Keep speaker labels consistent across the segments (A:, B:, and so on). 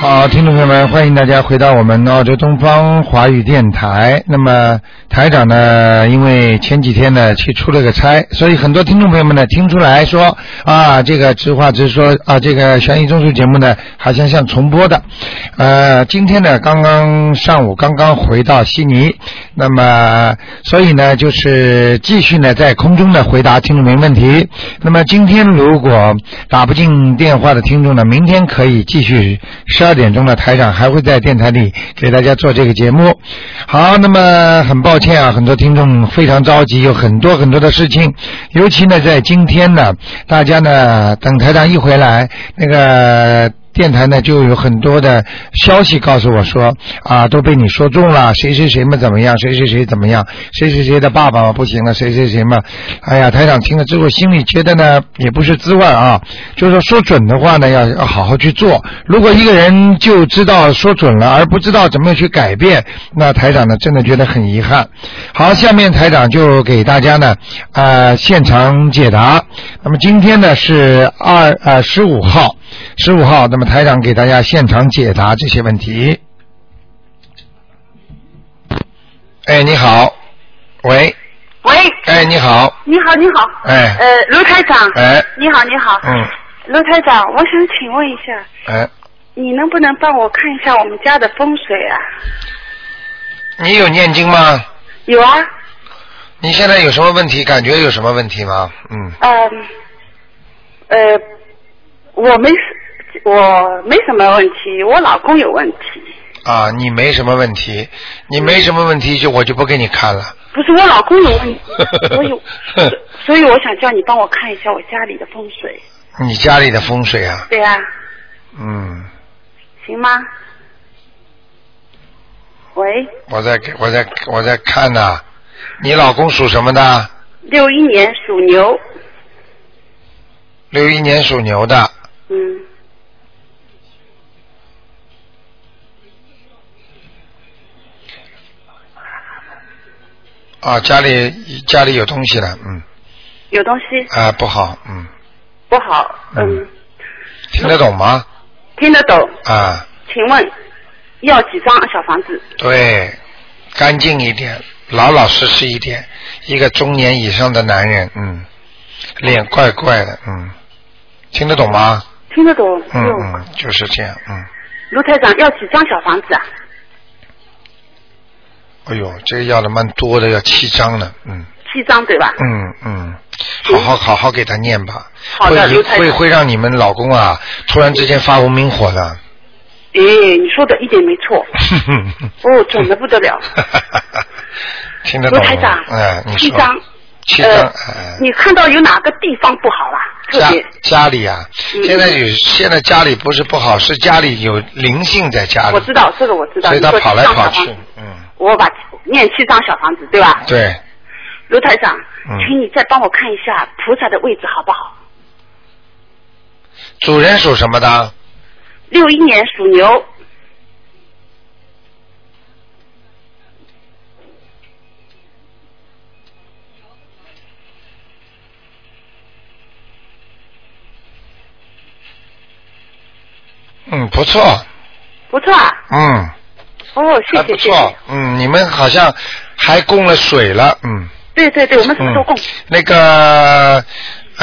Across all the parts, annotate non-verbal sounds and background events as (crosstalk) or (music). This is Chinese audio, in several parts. A: 好，听众朋友们，欢迎大家回到我们澳洲东方华语电台。那么台长呢，因为前几天呢去出了个差，所以很多听众朋友们呢听出来说啊，这个直话直说啊，这个悬疑综述节目呢好像像重播的。呃，今天呢刚刚上午刚刚回到悉尼，那么所以呢就是继续呢在空中呢回答听众朋友问题。那么今天如果打不进电话的听众呢，明天可以继续十二点钟呢，台长还会在电台里给大家做这个节目。好，那么很抱歉啊，很多听众非常着急，有很多很多的事情，尤其呢在今天呢，大家呢等台长一回来，那个。电台呢就有很多的消息告诉我说啊，都被你说中了，谁谁谁们怎么样，谁谁谁怎么样，谁谁谁的爸爸不行了，谁谁谁嘛，哎呀，台长听了之后心里觉得呢也不是滋味啊，就是说说准的话呢要要好好去做，如果一个人就知道说准了而不知道怎么去改变，那台长呢真的觉得很遗憾。好，下面台长就给大家呢啊、呃、现场解答，那么今天呢是二呃十五号，十五号那么。台长给大家现场解答这些问题。哎，你好，喂。
B: 喂。
A: 哎，你好。
B: 你好，你好。
A: 哎。
B: 呃，卢台长。
A: 哎。
B: 你好，你好。
A: 嗯。
B: 卢台长，我想请问一下。
A: 哎。
B: 你能不能帮我看一下我们家的风水啊？
A: 你有念经吗？
B: 有啊。
A: 你现在有什么问题？感觉有什么问题吗？嗯。
B: 嗯。呃，我没。我没什么问题，我老公有问题。
A: 啊，你没什么问题，你没什么问题就我就不给你看了。
B: 不是我老公有问题，我有，所以我想叫你帮我看一下我家里的风水。
A: (laughs) 你家里的风水啊？
B: 对啊。
A: 嗯。
B: 行吗？喂。
A: 我在给我在我在看呢、啊，你老公属什么的？
B: 六一年属牛。
A: 六一年属牛的。
B: 嗯。
A: 啊，家里家里有东西了，嗯。
B: 有东西。
A: 啊，不好，嗯。
B: 不好，嗯。
A: 听得懂吗？
B: 听得懂。
A: 啊。
B: 请问要几张小房子？
A: 对，干净一点，老老实实一点，一个中年以上的男人，嗯，脸怪怪的，嗯，听得懂吗？
B: 听得懂。
A: 嗯嗯，就是这样，嗯。
B: 卢台长，要几张小房子啊？
A: 哎呦，这个要的蛮多的，要七张呢，嗯。
B: 七张对吧？
A: 嗯嗯，好好好好给他念吧。
B: 好的，
A: 会会会让你们老公啊，突然之间发无名火的。 (laughs)
B: 哎，你说的一点没错。哦，准的不
A: (laughs)
B: 得了。
A: 听得懂。
B: 台长，
A: 哎，你
B: 说。七张。呃
A: 七张，哎。
B: 你看到有哪个地方不好啦？
A: 家家里啊，
B: 嗯
A: 现在有现在家里不是不好，是家里有灵性在家里。
B: 我知道这个，啊我知
A: 啊
B: 道。
A: 所以他跑来跑去，嗯。
B: 我把念七张小房子，对吧？
A: 对。嗯
B: 卢台长，请你再帮我看一下菩萨的位置好不好？
A: 主人属什么的？
B: 六一年属牛。
A: 嗯，不错。
B: 不错啊。
A: 嗯。
B: 哦，谢谢，不
A: 错
B: 谢谢。
A: 嗯，你们好像还供了水了，嗯。
B: 对对对，我们什么时候供？
A: 那个啊，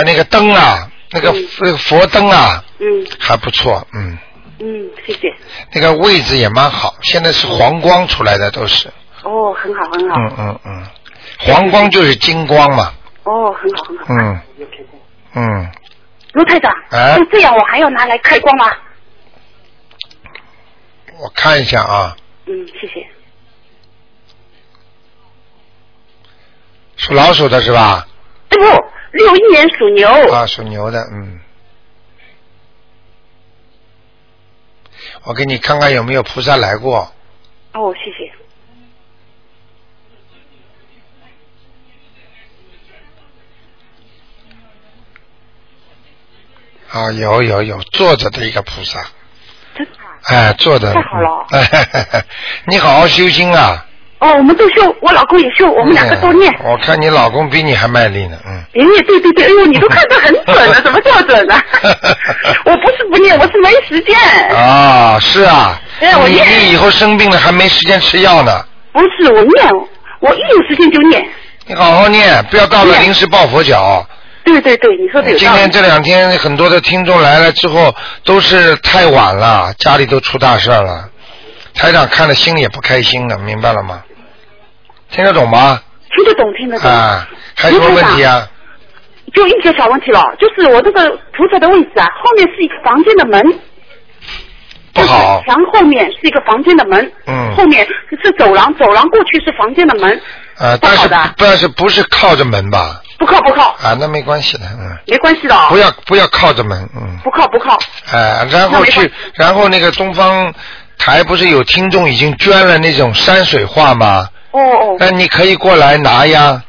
A: 那个灯啊，那个
B: 嗯
A: 那个佛灯
B: 啊，嗯，
A: 还不错，嗯。
B: 嗯，谢谢。
A: 那个位置也蛮好，现在是黄光出来的都是。
B: 哦，很好很好。
A: 嗯嗯嗯，黄光就是金光嘛。
B: 哦，很好很好。
A: 嗯。哎嗯。
B: 卢台长，就这样我还要拿来开光吗？
A: 我看一下啊。
B: 嗯，谢谢。
A: 属老鼠的是吧？
B: 对不，六一年属牛。
A: 啊，属牛的，嗯。我给你看看有没有菩萨来过。
B: 哦，谢谢。
A: 啊，有有有，坐着的一个菩萨。
B: 真的。啊
A: 哎，坐着。
B: 太好了。
A: (laughs) 你好好修心啊。
B: 哦，哦，我们都修，我老公也修，我们两个都念。
A: 嗯我看你老公比你还卖力呢，嗯。
B: 爷爷，对对对，哎呦，你都看得很准
A: (laughs)
B: 啊了，怎么叫准呢？我不是不念，我是没时间。
A: 啊，是啊。
B: 哎我
A: 你
B: 念
A: 你以后生病了还没时间吃药呢，
B: 不是我念，我一有时间就念。
A: 你好好念，不要到了
B: 念
A: 临时抱佛脚。
B: 对对对，你说的有
A: 今
B: 道理。
A: 天这两天很多的听众来了之后，都是太晚了，家里都出大事了，台长看了心里也不开心的，明白了吗？听得懂吗？
B: 听得懂，听得懂。
A: 啊，还有什么问题啊？
B: 就一些小问题了，就是我这个菩萨的位置啊，后面是一个房间的门，
A: 不好
B: 就是，墙后面是一个房间的门，
A: 嗯
B: 后面是走廊，走廊过去是房间的门，
A: 啊，
B: 不
A: 但
B: 好
A: 是
B: 的，
A: 但是不是靠着门吧？
B: 不靠不靠，
A: 啊，那没关系的，嗯，
B: 没关系的，啊
A: 不要不要靠着门，嗯，
B: 不靠不靠，
A: 哎，然后
B: 那没
A: 去
B: 关，
A: 然后那个东方台不是有听众已经捐了那种山水画吗？
B: 哦哦
A: 那哎你可以过来拿呀。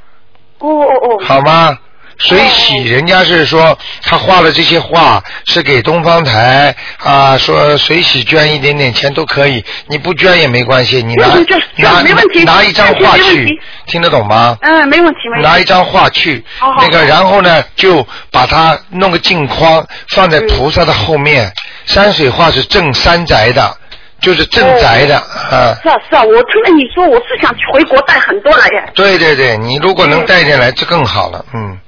B: 哦哦哦，
A: 好吗？水洗人家是说他画了这些画是给东方台啊，说水洗捐一点点钱都可以，你不捐也没关系，你拿
B: 对对对
A: 拿
B: 没问题
A: 拿一张画
B: 没问
A: 去
B: 题，
A: 听得懂吗？
B: 嗯，没问题没问
A: 拿一
B: 题，
A: 张画去，
B: 好好
A: 那个
B: 好
A: 然后呢就把它弄个镜框放
B: 嗯
A: 在菩萨的后面，山水画是正山宅的，就是正宅的啊。
B: 是啊是啊，我听了你说，我是想去回国带很多来耶，
A: 对对对，你如果能带进来，这更好了，嗯，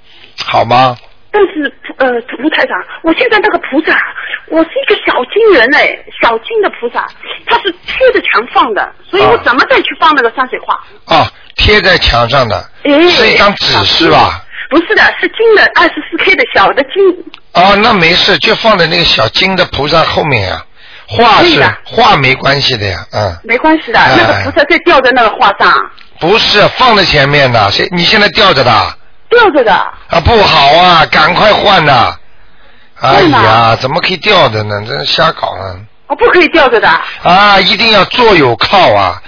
A: 好吗？
B: 但是呃卢台长，我现在那个菩萨，我是一个小金人哎，小金的菩萨，它是贴着墙放的，所以我
A: 啊
B: 怎么再去放那个山水画？
A: 啊，贴在墙上的，
B: 哎
A: 是一张纸是吧？？
B: 不是的，是金的，二十四 K 的小的金。
A: 哦，那没事，就放在那个小金的菩萨后面呀、画
B: 对
A: 是
B: 的
A: 画没关系的呀，嗯，
B: 没关系的，
A: 哎
B: 那个菩萨在吊在那个画上，
A: 不是放在前面的，谁你现在吊着的啊，
B: 吊着的。
A: 不好啊，赶快换呐！哎
B: 对呢
A: 呀，怎么可以吊着呢？这瞎搞了
B: 哦，不可以吊着的。
A: 啊！一定要坐有靠啊，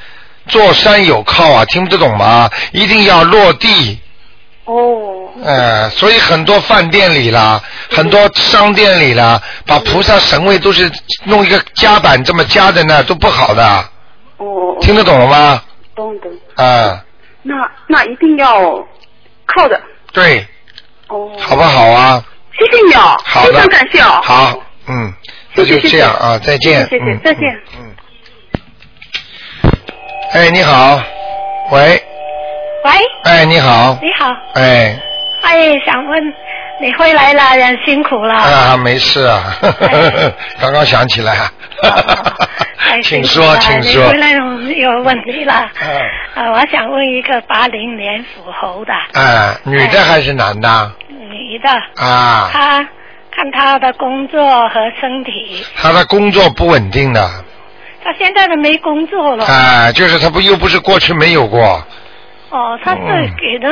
A: 坐山有靠啊，听不懂吗？一定要落地，
B: 哦，
A: 呃，所以很多饭店里啦，很多商店里啦，把菩萨神位都是弄一个夹板这么夹在那儿，都不好的，
B: 哦，
A: 听得懂了吗？
B: 懂懂。
A: 啊、
B: 那那一定要靠着。
A: 对，
B: 哦，
A: 好不好啊？
B: 谢谢你哦，
A: 好
B: 非
A: 的，
B: 常感谢哦。，
A: 好，嗯，那
B: 谢谢
A: 就这样啊，
B: 谢谢
A: 再见，
B: 谢谢
A: 嗯
B: 再见，
A: 嗯。嗯哎，你好，喂，
C: 喂，
A: 哎，你好，
C: 你好，
A: 哎，
C: 哎，想问你回来了，人辛苦了。
A: 啊，没事啊，
C: 哎
A: (laughs) 刚刚想起来啊
C: 哎，
A: 请
C: 辛苦
A: 说，
C: 了
A: 请
C: 你
A: 说
C: 回，来有有问题了。
A: 嗯
C: 呃，我想问一个八零年属猴的
A: 哎，女的还是男的？
C: 女的，
A: 啊，
C: 她看她的工作和身体，
A: 他的工作不稳定的，
C: 她现在都没工作了。
A: 啊，就是他不又不是过去没有过，
C: 哦，她是
A: 嗯
C: 给的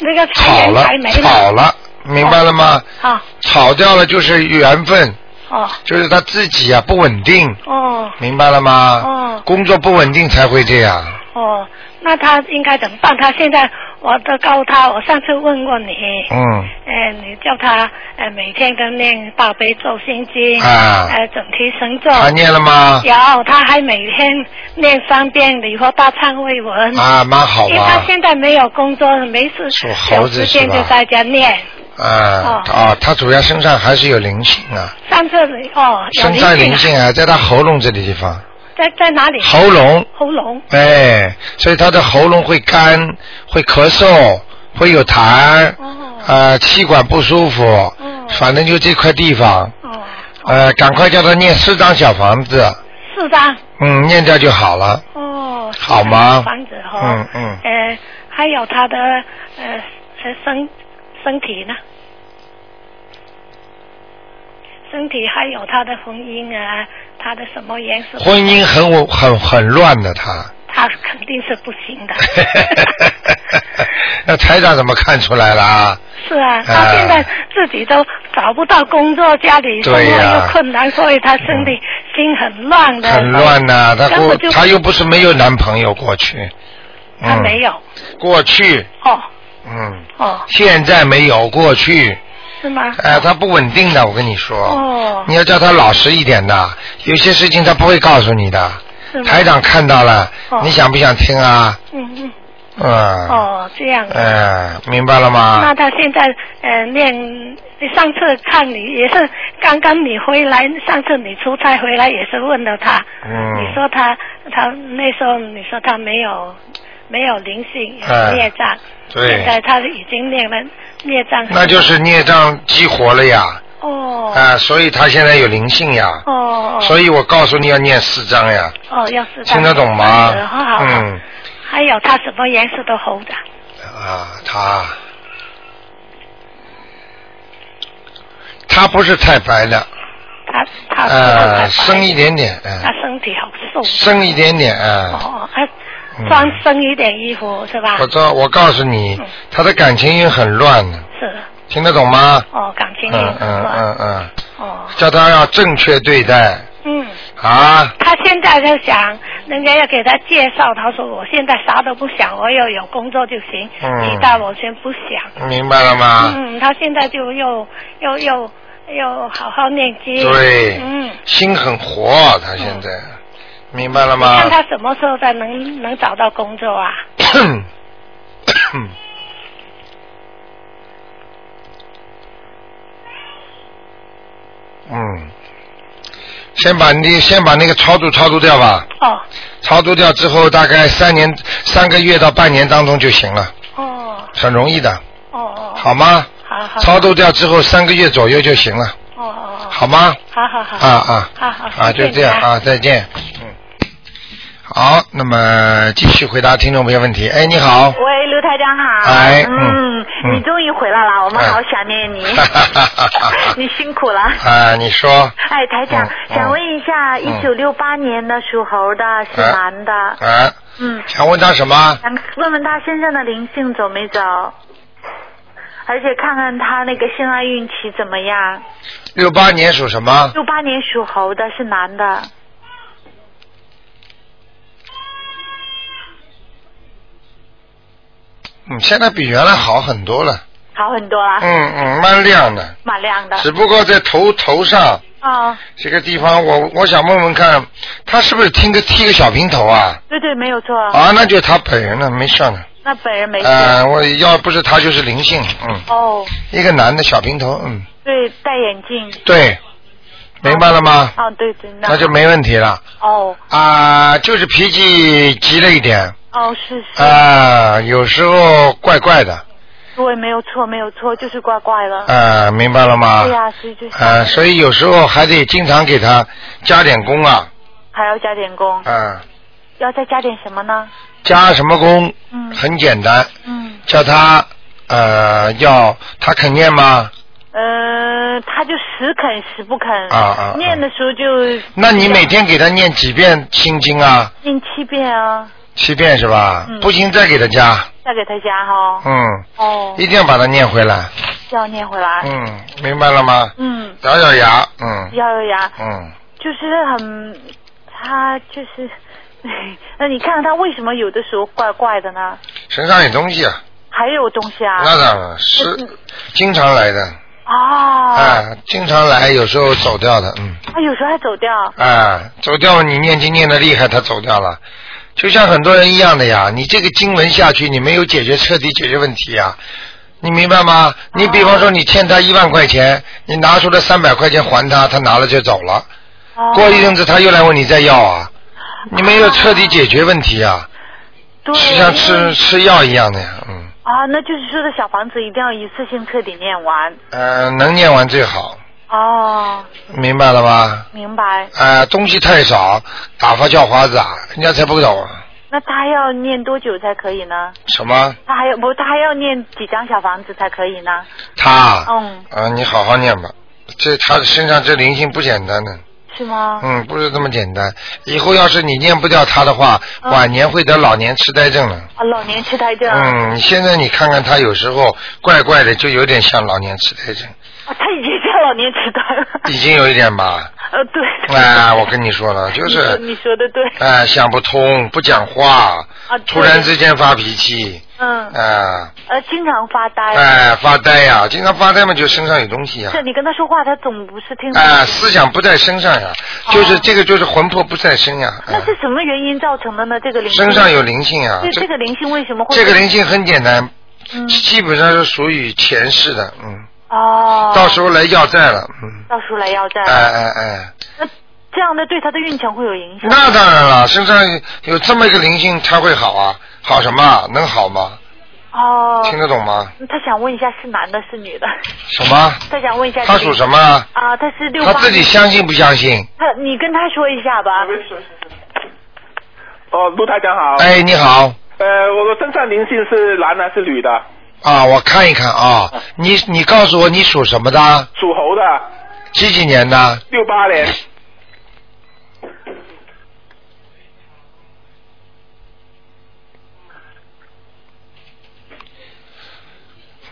C: 那个财
A: 炒
C: 源
A: 了
C: 财没，哦
A: 炒。了，明白了吗？
C: 好，
A: 炒掉了就是缘分，
C: 哦，
A: 就是他自己啊不稳定，
C: 哦，
A: 明白了吗
C: 哦？
A: 工作不稳定才会这样。
C: 哦，那她应该怎么办？她现在我都告她，我上次问过你。
A: 嗯，
C: 呃，你叫他呃每天都念大悲咒心经，
A: 啊
C: 呃整体神咒，
A: 他念了吗？
C: 然后他还每天念三遍礼佛大忏悔文，
A: 啊，蛮好
C: 因为他
A: 吧？
C: 现在没有工作，没事
A: 属猴
C: 有
A: 子是
C: 时间
A: 吧
C: 就在家念。
A: 啊
C: 哦
A: 啊，他主要身上还是有灵性啊，
C: 上次你哦，有
A: 身上灵
C: 啊
A: 性啊，在他喉咙这个地方，
C: 在在哪里？
A: 喉咙。
C: 喉咙
A: 哎，所以他的喉咙会干，会咳嗽，会有痰，
C: 哦
A: 呃，气管不舒服，
C: 嗯
A: 反正就这块地方，
C: 哦，
A: 呃，赶快叫他念四张小房子，
C: 四张
A: 嗯，念掉就好了，
C: 哦，四
A: 好
C: 张
A: 吗
C: 房子哦，
A: 嗯嗯
C: 呃，还有他的呃呃身身体呢？身体还有他的婚姻啊，他的什么颜色？
A: 婚姻很我很很乱的他，。
C: 他肯定是不行的
A: 那台长怎么看出来了啊？
C: 是啊，他现在自己都找不到工作，家里生活
A: 对呀
C: 又困难，所以他身体心很乱的。
A: 很乱呐、他
C: 根
A: 过
C: 本就
A: 他又不是没有男朋友过去，
C: 他
A: 嗯
C: 没有
A: 过去，
C: 哦
A: 嗯，
C: 哦，
A: 现在没有过去，
C: 是吗？
A: 哎，他不稳定的，我跟你说。
C: 哦
A: 你要叫他老实一点的，有些事情他不会告诉你的，
C: 是吗
A: 台长看到了，
C: 嗯哦
A: 你想不想听啊？
C: 嗯嗯，
A: 嗯，
C: 哦，这样。
A: 嗯，明白了吗
C: 那？他现在呃念，上次看你也是刚刚你回来，上次你出差回来也是问了他，
A: 嗯
C: 你说他他那时候你说他没有没有灵性
A: 哎
C: 孽障，
A: 对
C: 现在他已经念了孽障，
A: 那就是孽障激活了呀，
C: 哦、
A: 啊，所以他现在有灵性呀，
C: 哦，
A: 所
C: 以
A: 以我告诉你要念四章呀，
C: 哦要是
A: 听得懂吗？
C: 哦好好，好
A: 嗯，
C: 还有他什么颜色的猴子啊？
A: 啊，他他不是太白的，
C: 他他
A: 呃，
C: 生
A: 深一点点，嗯、
C: 他身体好瘦。
A: 深一点点，嗯、
C: 哦，他
A: 嗯
C: 穿深一点衣服是吧
A: 我？知道，我告诉你
C: 嗯，
A: 他的感情也很乱的，
C: 是，
A: 听得懂吗？
C: 哦，感情
A: 嗯
C: 也很
A: 嗯
C: 乱。
A: 嗯嗯，
C: 哦，
A: 叫他要正确对待
C: 嗯，
A: 啊！
C: 他现在就想，人家要给他介绍，他说我现在啥都不想，我要有工作就行，
A: 嗯
C: 你带我先不想。
A: 明白了吗？
C: 嗯，他现在就又又又又好好念经。
A: 对
C: 嗯，
A: 心很活，他现在明白了吗
C: 看？他什么时候才能能找到工作啊？
A: 嗯，先把你先把那个超度超度掉吧，
C: 哦
A: 超度掉之后大概三年三个月到半年当中就行了，
C: 哦
A: 很容易的，
C: 哦哦，
A: 好吗？
C: 好好
A: 超度掉之后三个月左右就行了，
C: 哦哦哦，
A: 好吗？
C: 好好好
A: 啊啊
C: 好好
A: 啊，就这样，啊，再见。嗯，好，那么继续回答听众朋友问题。哎，你好。
D: 喂，卢台长好。
A: 哎嗯
D: 嗯，
A: 嗯
D: 你终于回来了，我们
A: 哎，
D: 好想念你你辛苦了。
A: (laughs) 啊，你说。
D: 哎，台长
A: 嗯，嗯
D: 想问一下，
A: 嗯
D: 一九六八年的属猴的是
A: 哎
D: 男的，
A: 啊，
D: 嗯，
A: 想问他什么？
D: 想问问他身上的灵性走没走，而且看看他那个性爱运气怎么样。
A: 六八年属什么？
D: 六八年属猴的是男的，
A: 嗯，现在比原来好很多了。
D: 好很多了，
A: 嗯嗯，蛮亮的，
D: 蛮亮的。
A: 只不过在头头上
D: 哦，
A: 这个地方，我我想问问看，他是不是听个剃个小平头啊？
D: 对对，没有错，
A: 啊，那就他本人了，没事了。
D: 那本人没事。
A: 呃，我要不是他就是灵性，嗯，
D: 哦，
A: 一个男的小平头，嗯，
D: 对，戴眼镜。
A: 对，明白了吗？
D: 哦，对对，那
A: 那就没问题了
D: 哦
A: 啊、就是脾气急了一点
D: 哦是是。
A: 啊、有时候怪怪的
D: 对，没有错，没有错，就是怪怪了。
A: 啊、明白了吗？
D: 对哎呀、所以就是
A: 啊，所以有时候还得经常给他加点工啊，
D: 还要加点工，
A: 啊，
D: 要再加点什么呢？
A: 加什么工？
D: 嗯
A: 很简单，
D: 嗯，
A: 叫他呃要他肯念吗？
D: 呃，他就时肯时不肯，
A: 啊啊啊
D: 念的时候就
A: 那你每天给他念几遍心经啊？
D: 念七遍啊，
A: 七遍是吧？
D: 嗯
A: 啊不行再给他加，
D: 再给他加哈、
A: 嗯，
D: 哦，
A: 一定要把它念回来，
D: 要念回来，
A: 嗯，明白了吗？
D: 嗯，
A: 咬咬牙，嗯
D: 咬咬牙，
A: 嗯，
D: 就是很，他就是， (laughs) 那你看看他为什么有的时候怪怪的呢？
A: 身上有东西啊，
D: 还有东西啊，
A: 那当然是经常来的，
D: 啊，
A: 啊，经常来，有时候走掉的，嗯。
D: 他有时候还走掉，
A: 啊，走掉你念经念的厉害，他走掉了。就像很多人一样的呀，你这个经文下去，你没有解决彻底解决问题呀，你明白吗？你比方说你欠他一万块钱，你拿出了三百块钱还他，他拿了就走了，
E: 啊
D: 哦
A: 过一阵子他又来问你再要啊，你没有彻底解决问题呀，
D: 对，
A: 就像
D: 因为
A: 吃吃药一样的呀，嗯，
D: 啊，那就是说的小房子一定要一次性彻底念完。
A: 呃，能念完最好，
D: 哦，
A: 明白了吧？
D: 明白。
A: 啊，东西太少，打发叫花子啊，人家才不走啊
D: 那他要念多久才可以呢？
A: 什么。
D: 他还要不，他还要念几张小房子才可以呢？
A: 他啊，
D: 嗯
A: 啊，你好好念吧。这他身上这灵性不简单的，
D: 是吗？
A: 嗯，不是这么简单。以后要是你念不掉他的话，
D: 嗯
A: 晚年会得老年痴呆症的。
D: 啊，老年痴呆症。
A: 嗯，现在你看看他有时候怪怪的，就有点像老年痴呆症，
D: 啊，他已经叫老年痴呆了。 (laughs)
A: 已经有一点吧。
D: 呃，对。
A: 哎，我跟你说了，就
D: 你说
A: 是哎
D: 你说的对。
A: 哎想不通，不讲话
D: 啊，
A: 突然之间发脾气，
D: 嗯，
A: 啊，
D: 呃，经常发呆。
A: 哎，发呆呀、经常发呆嘛，就身上有东西呀、
D: 是你跟他说话，他总不是听你的。
A: 啊，思想不在身上呀、就是这个就是魂魄不在身呀、啊
D: 那是什么原因造成的呢？这个灵性
A: 身上有灵性啊
D: 对，
A: 这
D: 这个灵性为什么会？
A: 这个灵性很简单，
D: 嗯
A: 基本上是属于前世的，嗯，
D: 哦，
A: 到时候来要债了，嗯，
D: 到时候来要债。
A: 哎哎哎，
D: 那这样的对他的运程会有影响。
A: 那当然了，身上有这么一个灵性，他会好啊，好什么啊能好吗？
D: 哦，
A: 听得懂吗？
D: 他想问一下是男的是女的？
A: 什么？
D: 他想问一下
A: 他属什么啊？
D: 啊？他是六
A: 他
D: 八。
A: 自己相信不相信？
D: 他你跟他说一下吧。
F: 哦，陆台长好。
A: 哎，你好
F: 呃，我的身上灵性是男还是女的？
A: 啊，我看一看啊，你你告诉我你属什么的？
F: 属猴的，
A: 几几年的？
F: 六八年。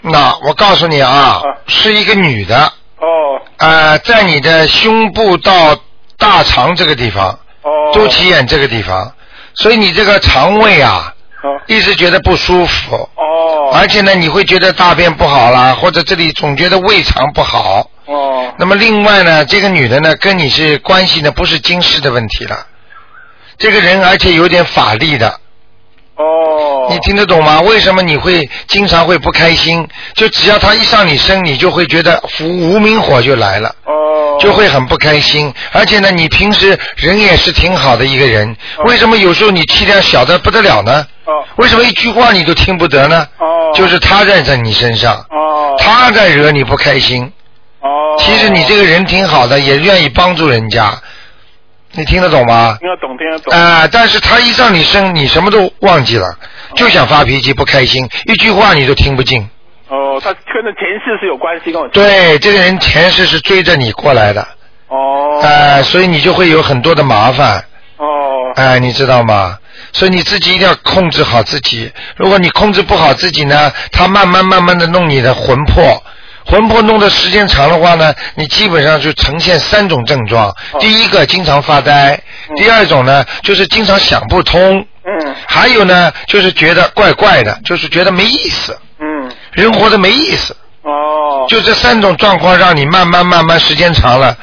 A: 那我告诉你啊，是一个女的，
F: 哦
A: 呃，在你的胸部到大肠这个地方，
F: 哦。
A: 肚脐眼这个地方，所以你这个肠胃啊，
F: 哦
A: 一直觉得不舒服，
F: 哦
A: 而且呢，你会觉得大便不好啦，或者这里总觉得胃肠不好。
F: 哦
A: 那么另外呢，这个女的呢，跟你是关系呢，不是今世的问题了。这个人而且有点法力的，
F: 哦。
A: 你听得懂吗？为什么你会经常会不开心？就只要他一上你身，你就会觉得无无名火就来了。
F: 哦。
A: 就会很不开心，而且呢，你平时人也是挺好的一个人，为什么有时候你气量小的不得了呢？
F: 哦
A: 为什么一句话你都听不得呢？
F: 哦。
A: 就是他在在你身上，
F: 哦。
A: 他在惹你不开心。
F: 哦。
A: 其实你这个人挺好的，也愿意帮助人家，你听得懂吗？
F: 听得懂，听得懂。
A: 啊、但是他一上你身，你什么都忘记了，就想发脾气，不开心，一句话你都听不进。
F: 哦，他跟的前世是有关系跟我。。
A: 对，这个人前世是追着你过来的，
F: 哦。
A: 呃，所以你就会有很多的麻烦。
F: 哦。
A: 哎，你知道吗？所以你自己一定要控制好自己。如果你控制不好自己呢，它慢慢慢慢的弄你的魂魄，魂魄弄的时间长的话呢，你基本上就呈现三种症状：
F: 哦
A: 第一个经常发呆，第二种呢就是经常想不通，
F: 嗯
A: 还有呢就是觉得怪怪的，就是觉得没意思，
F: 嗯。
A: 人活着没意思。
F: 哦。
A: 就这三种状况让你慢慢慢慢时间长了，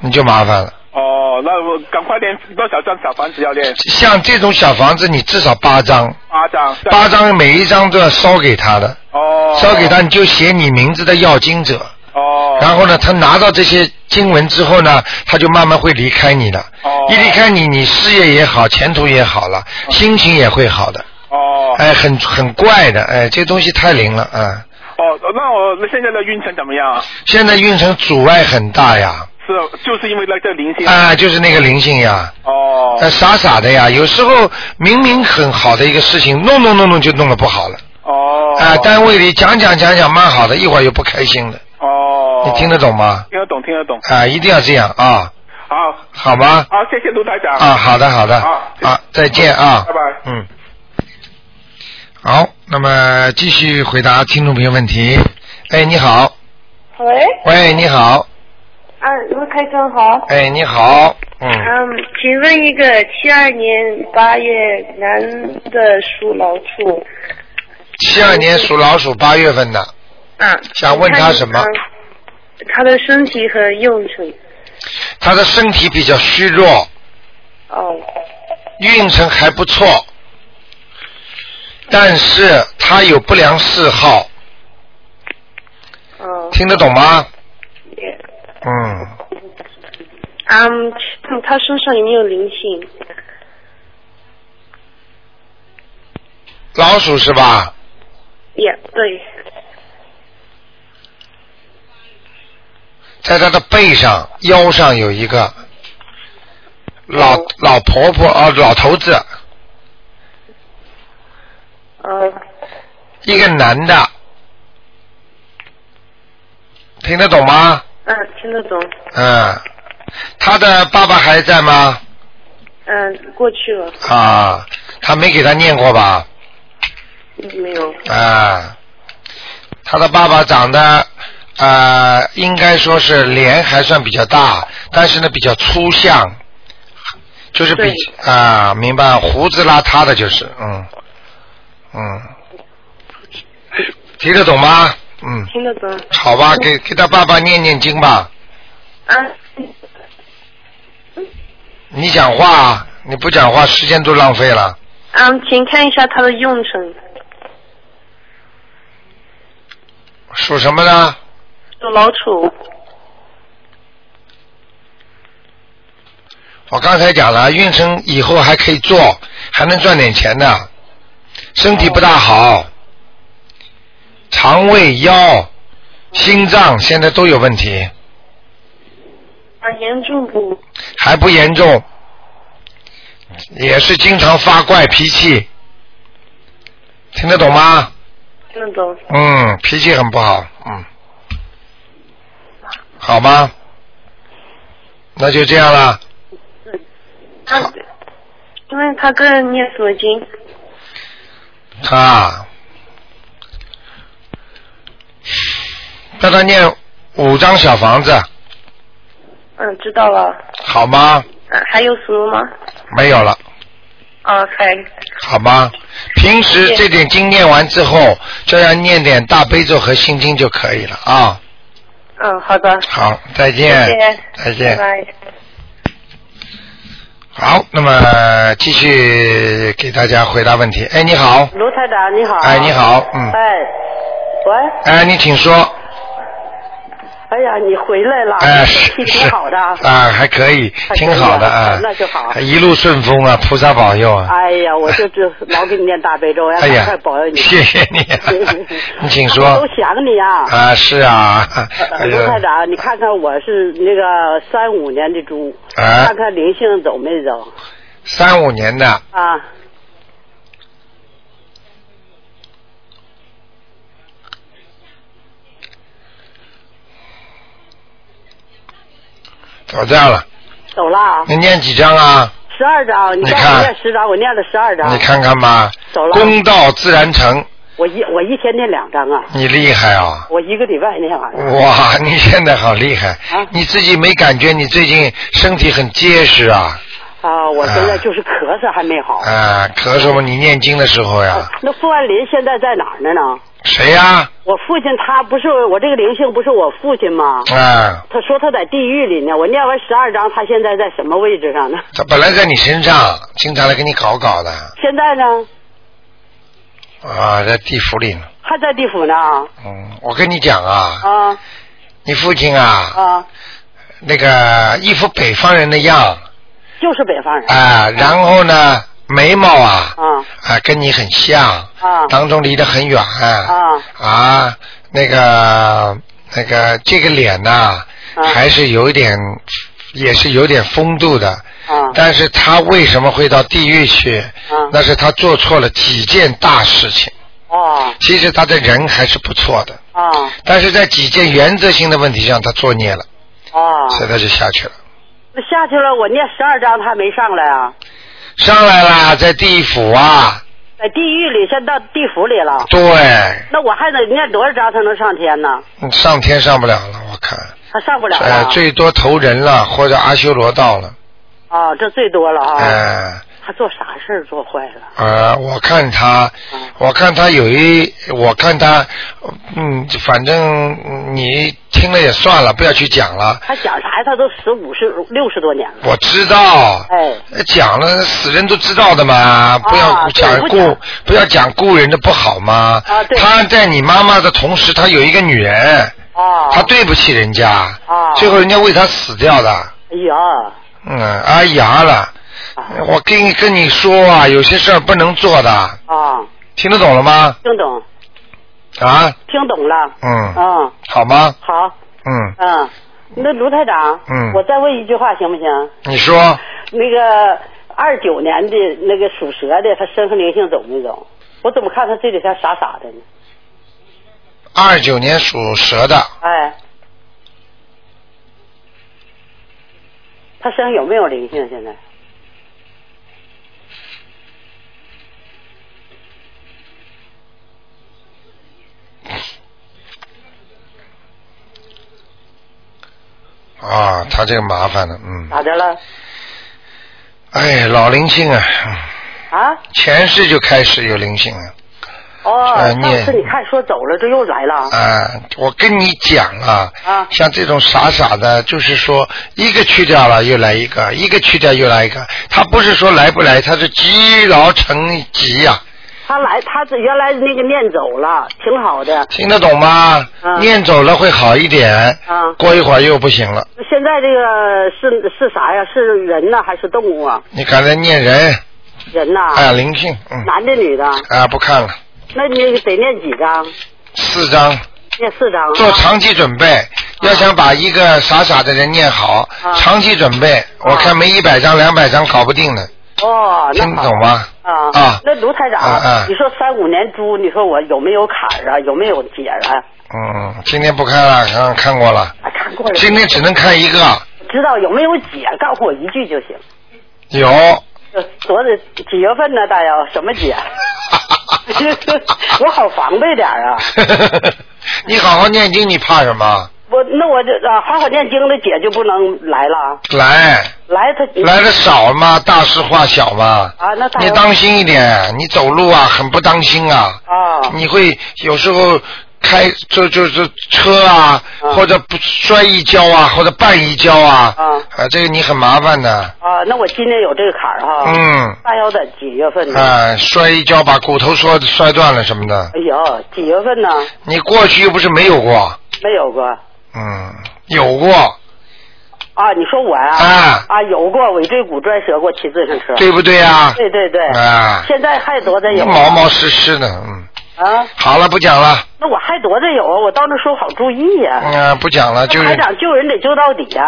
A: 你就麻烦了。
F: 哦，那我赶快练多少张小房子要练？
A: 像这种小房子，你至少八张。
F: 八张。
A: 八。张，每一张都要烧给他的，
F: 哦。
A: 烧给他。你就写你名字的要经者，
F: 哦。
A: 然后呢，他拿到这些经文之后呢，他就慢慢会离开你的。
F: 哦
A: 一离开你，你事业也好，前途也好了，心情也会好的。
F: 哦。
A: 哎，很很怪的，哎，这东西太灵了啊！
F: 哦，那我那现在的运程怎么样啊？
A: 现在运程阻碍很大呀，
F: 是，就是因为那个灵性。
A: 啊，就是那个灵性呀，
F: 哦
A: 呃，傻傻的呀，有时候明明很好的一个事情，弄弄弄弄就弄得不好了。
F: 哦。
A: 啊，单位里讲讲讲讲蛮好的，一会儿又不开心了，
F: 哦。
A: 你听得懂吗？
F: 听得懂，听得懂。
A: 啊，一定要这样啊，
F: 好，
A: 好吗？
F: 好，谢谢卢台长。
A: 啊，好的，好的，
F: 好
A: 啊，再见啊，
F: 拜拜
A: 嗯，好，那么继续回答听众朋友问题。哎，你好，
G: 喂，
A: 喂，你好，
G: 啊，卢台长好。
A: 哎，你好，嗯，
G: 嗯，请问一个七二年八月男的属老鼠，
A: 七二年属老鼠，八月份的，
G: 啊，
A: 想问他什么
G: 看一下？呃他的身体和用处。
A: 他的身体比较虚弱，
G: 哦，
A: 运程还不错，但是他有不良嗜好，
B: 呃
G: 哦，
A: 听得懂吗？
G: 也
A: 嗯，
G: 嗯，看他身上有没有灵性？
A: 老鼠是吧？
G: 也对，
A: 在他的背上、腰上有一个老、
G: 哦
A: 老婆婆啊、老头子，
G: 呃，
A: 一个男的，听得懂吗？
G: 嗯、听得懂，
A: 嗯，他的爸爸还在吗？
G: 嗯、过去了，
A: 啊，他没给他念过吧？
G: 没有，
A: 啊，他的爸爸长得呃，应该说是脸还算比较大，但是呢比较粗相，就是比
G: 对
A: 啊，明白，胡子邋遢的就是，嗯嗯，听得懂吗？嗯，
G: 听得懂。
A: 好吧，给给他爸爸念念经吧。
G: 啊，
A: 你讲话啊，你不讲话，时间都浪费了。
G: 嗯，请看一下它的用程，
A: 属什么呢？
G: 属老鼠。
A: 我刚才讲了，运程以后还可以做，还能赚点钱的。身体不大好，肠胃、腰、心脏现在都有问题，
G: 啊，严重不？
A: 还不严重，也是经常发怪脾气，听得懂吗？
G: 听得懂。
A: 嗯，脾气很不好，嗯，好吗？那就这样了。
G: 他，因为他个人念什么经？
A: 啊，让他念五张小房子，
G: 嗯，知道了。
A: 好吗？
G: 嗯，还有什么吗？
A: 没有了，
G: 啊，还
A: 好吗？平时这点经念完之后，就要念点大悲咒和心经就可以了啊。
G: 嗯，好的。
A: 好，再
G: 谢
A: 见，
G: 谢
A: 再见。
G: 拜拜。
A: 好，那么继续给大家回答问题。哎，你好，
H: 卢台长你好。
A: 哎，你。好，嗯，
H: 哎，喂，
A: 哎，你请说。
H: 哎呀，你回来了，
A: 哎，
H: 你
A: 是
H: 身体挺
A: 是
H: 好的。
A: 啊，还可以，
H: 还可以
A: 挺好的啊
H: 啊，那就好
A: 一路顺风啊，菩萨保佑啊，
H: 哎呀，我就这老给你念大悲咒，要
A: 哎
H: 赶
A: 呀
H: 快保佑，你。，
A: 谢谢你啊
H: (laughs)
A: 你请
H: 他们
A: 说
H: 都想你啊。
A: 啊，是啊，哎
H: 卢台
A: 呀，
H: 长，你看看我是那个三五年的猪，
A: 啊
H: 看看灵性走没走
A: 三五年的，
H: 啊？
A: 走掉了，
H: 走了啊，
A: 你念几张啊？
H: 十二章，你
A: 你
H: 告诉
A: 看
H: 我念十章，我念了十二章
A: 你，看看吧
H: 啊走，了
A: 公道自然成，
H: 我一我一天念两章啊，
A: 你厉害啊！
H: 我一个礼拜啊念完了。
A: 哇，你现在好厉害
H: 啊！
A: 你自己没感觉你最近身体很结实啊？
H: 啊，我现在
A: 啊
H: 就是咳嗽还没好。
A: 啊，咳嗽吗？你念经的时候呀？
H: 那傅万林现在在哪儿呢？呢？
A: 谁啊呀？
H: 我父亲他不是我这个灵性不是我父亲吗？
A: 啊，
H: 他说他在地狱里呢。我念完十二章，他现在在什么位置上呢？
A: 他本来在你身上，经常来给你搞搞的
H: 现在呢
A: 啊，在地府里呢。
H: 还在地府呢？
A: 嗯，我跟你讲啊，
H: 啊
A: 你父亲啊，
H: 啊，
A: 那个一副北方人的样
H: 就是北方人。
A: 啊，然后呢，眉毛啊
H: 啊
A: 啊跟你很像，
H: 啊
A: 当中离得很远
H: 啊
A: 啊，那个那个这个脸呐、
H: 啊
A: 还是有一点，也是有点风度的。
H: 啊
A: 但是他为什么会到地狱去？
H: 嗯
A: 那是他做错了几件大事情。
H: 哦
A: 其实他的人还是不错的，
H: 啊
A: 但是在几件原则性的问题上，他作孽了，
H: 啊！
A: 所以他就下去了。
H: 那下去了，我念十二章，他还没上来啊，
A: 上来啦，在地府啊，
H: 在地狱里，现在到地府里了。
A: 对，
H: 那我还得念多少章才能上天呢？
A: 上天上不了了，我看，
H: 他上不了了
A: 呃
H: 啊。，
A: 最多投人了，或者阿修罗道了，
H: 啊，这最多了啊。
A: 呃。
H: 他做啥事儿做坏了？
A: 呃，我看他，我看他有一，我看他，嗯，反正你听了也算了，不要去讲了。
H: 他讲啥呀？他都十五十六十多年了。
A: 我知道，
H: 哎，啊
A: 讲了死人都知道的嘛，不要
H: 对
A: 讲
H: 不
A: 故、
H: 讲
A: 不要讲故人的不好嘛。
H: 啊对
A: 他在你妈妈的同时，他有一个女人，
H: 啊，
A: 他对不起人家，
H: 啊
A: 最后人家为他死掉的，
H: 哎呀，
A: 嗯，哎呀了，
H: 啊
A: 我跟你跟你说啊，有些事儿不能做的，
H: 啊，
A: 听得懂了吗？
H: 听懂，
A: 啊，
H: 听懂了，
A: 嗯，
H: 嗯，
A: 好吗？
H: 好，
A: 嗯，
H: 嗯，那卢台长，
A: 嗯
H: 我再问一句话行不行？
A: 你说
H: 那个二九年的那个属蛇的，他身上灵性走没走？我怎么看他这几天傻傻的呢？
A: 二九年属蛇的，
H: 哎，他身上有没有灵性？现在
A: 啊，他这个麻烦了，嗯，
H: 咋的了？
A: 哎，老灵性啊，嗯
H: 啊？
A: 前世就开始有灵性了，
H: 哦，
A: 呃
H: 上次
A: 念
H: 你看说走了，这又来了。
A: 啊，我跟你讲啊，
H: 啊
A: 像这种傻傻的，就是说一个去掉了又来一个，一个去掉又来一个，他不是说来不来，他是积劳成疾呀、
H: 他来，他这原来那个念走了，挺好的。
A: 听得懂吗？
H: 嗯
A: 念走了会好一点，
H: 嗯
A: 过一会儿又不行了。
H: 现在这个是是啥呀？是人呢还是动物啊？
A: 你刚才念人，
H: 人呐、
A: 啊，灵性，嗯，
H: 男的女的？
A: 啊，不看了，
H: 那你得念几张？
A: 四张，
H: 念四张啊。
A: 做长期准备。要想把一个傻傻的人念好，
H: 嗯
A: 长期准备，我看没一百张、两百张搞不定的，
H: 哦，那
A: 听
H: 好
A: 懂吗？
H: 啊
A: 啊
H: 那卢台长，
A: 啊啊
H: 你说三五年猪，你说我有没有坎儿啊？有没有解啊？
A: 嗯，今天不看了，刚刚看过了，
H: 啊，看过了，
A: 今天只能看一个。
H: 知道有没有解，告诉我一句就行。
A: 有，
H: 呃昨的几月份呢？大姚什么解？
A: (laughs)
H: 我好防备点儿啊！
A: 你好好念经，你怕什么？
H: 我那我这啊，好好念经的姐就不能来了，啊
A: 来，
H: 来她
A: 来的少嘛，大事化小嘛。
H: 嗯啊，那大
A: 你
H: 姚
A: 当心一点，你走路啊，很不当心啊。
H: 啊
A: 你会有时候开就就是车啊，
H: 嗯
A: 或者不摔一跤啊，或者绊一跤啊，
H: 嗯
A: 啊，这个你很麻烦的。
H: 啊，那我今年有这个坎儿哈。。
A: 嗯，
H: 大姚在几月份呢？
A: 啊，摔一跤把骨头摔摔断了什么的，
H: 哎呦，几月份呢？
A: 你过去又不是没有过，
H: 没有过。
A: 嗯，有过，
H: 啊，你说我呀、
A: 啊
H: 有过尾椎骨摔折过，骑自行车。
A: 对不对啊？
H: 对对对
A: 啊
H: 现在还多着
A: 你
H: 有啊
A: 毛毛湿湿的，嗯，
H: 啊，
A: 好了，不讲了，
H: 那我还多着有啊，我到那时候好注意呀、
A: 嗯、不讲了，就是
H: 台，长救人得救到底
A: (laughs)
H: 啊！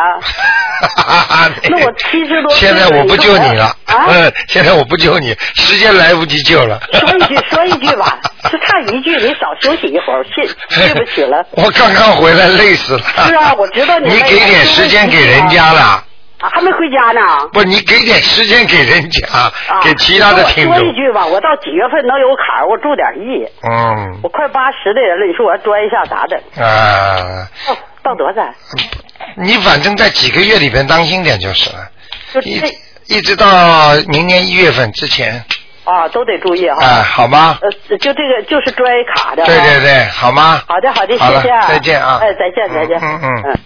H: (laughs) 那我70多岁
A: 现
H: 了
A: 在我不救你了，
H: 你说我啊
A: 嗯， (laughs) 现在我不救你，时间来不及救了。
H: 说一句说一句
A: (laughs)
H: 吧，就差一句，你少休息一会儿，谢对不起了
A: (laughs) 我刚刚回来，累死了。
H: 是啊我知道你
A: 你
H: 累
A: 给点时间给人家了，
H: 啊，还没回家呢。
A: 不，你给点时间给人家，
H: 啊，
A: 给其他的
H: 你
A: 听
H: 说我说一
A: 众。
H: 句吧，我到几月份能有坎儿？我注点意。
A: 嗯
H: 我快八十的人了，你说我要钻一下咋整？
A: 啊，
H: 哦，到多少？
A: 你反正在几个月里边当心点就是了，
H: 就
A: 一
H: 这
A: 一直到明年一月份之前，
H: 啊，都得注意哈。
A: 啊，好吗？
H: 呃，就这个就是拽卡的、啊
A: 对对。对，好吗？
H: 好的好的，
A: 好了
H: 谢谢啊，
A: 再见啊
H: 哎，再见再见，
A: 嗯嗯嗯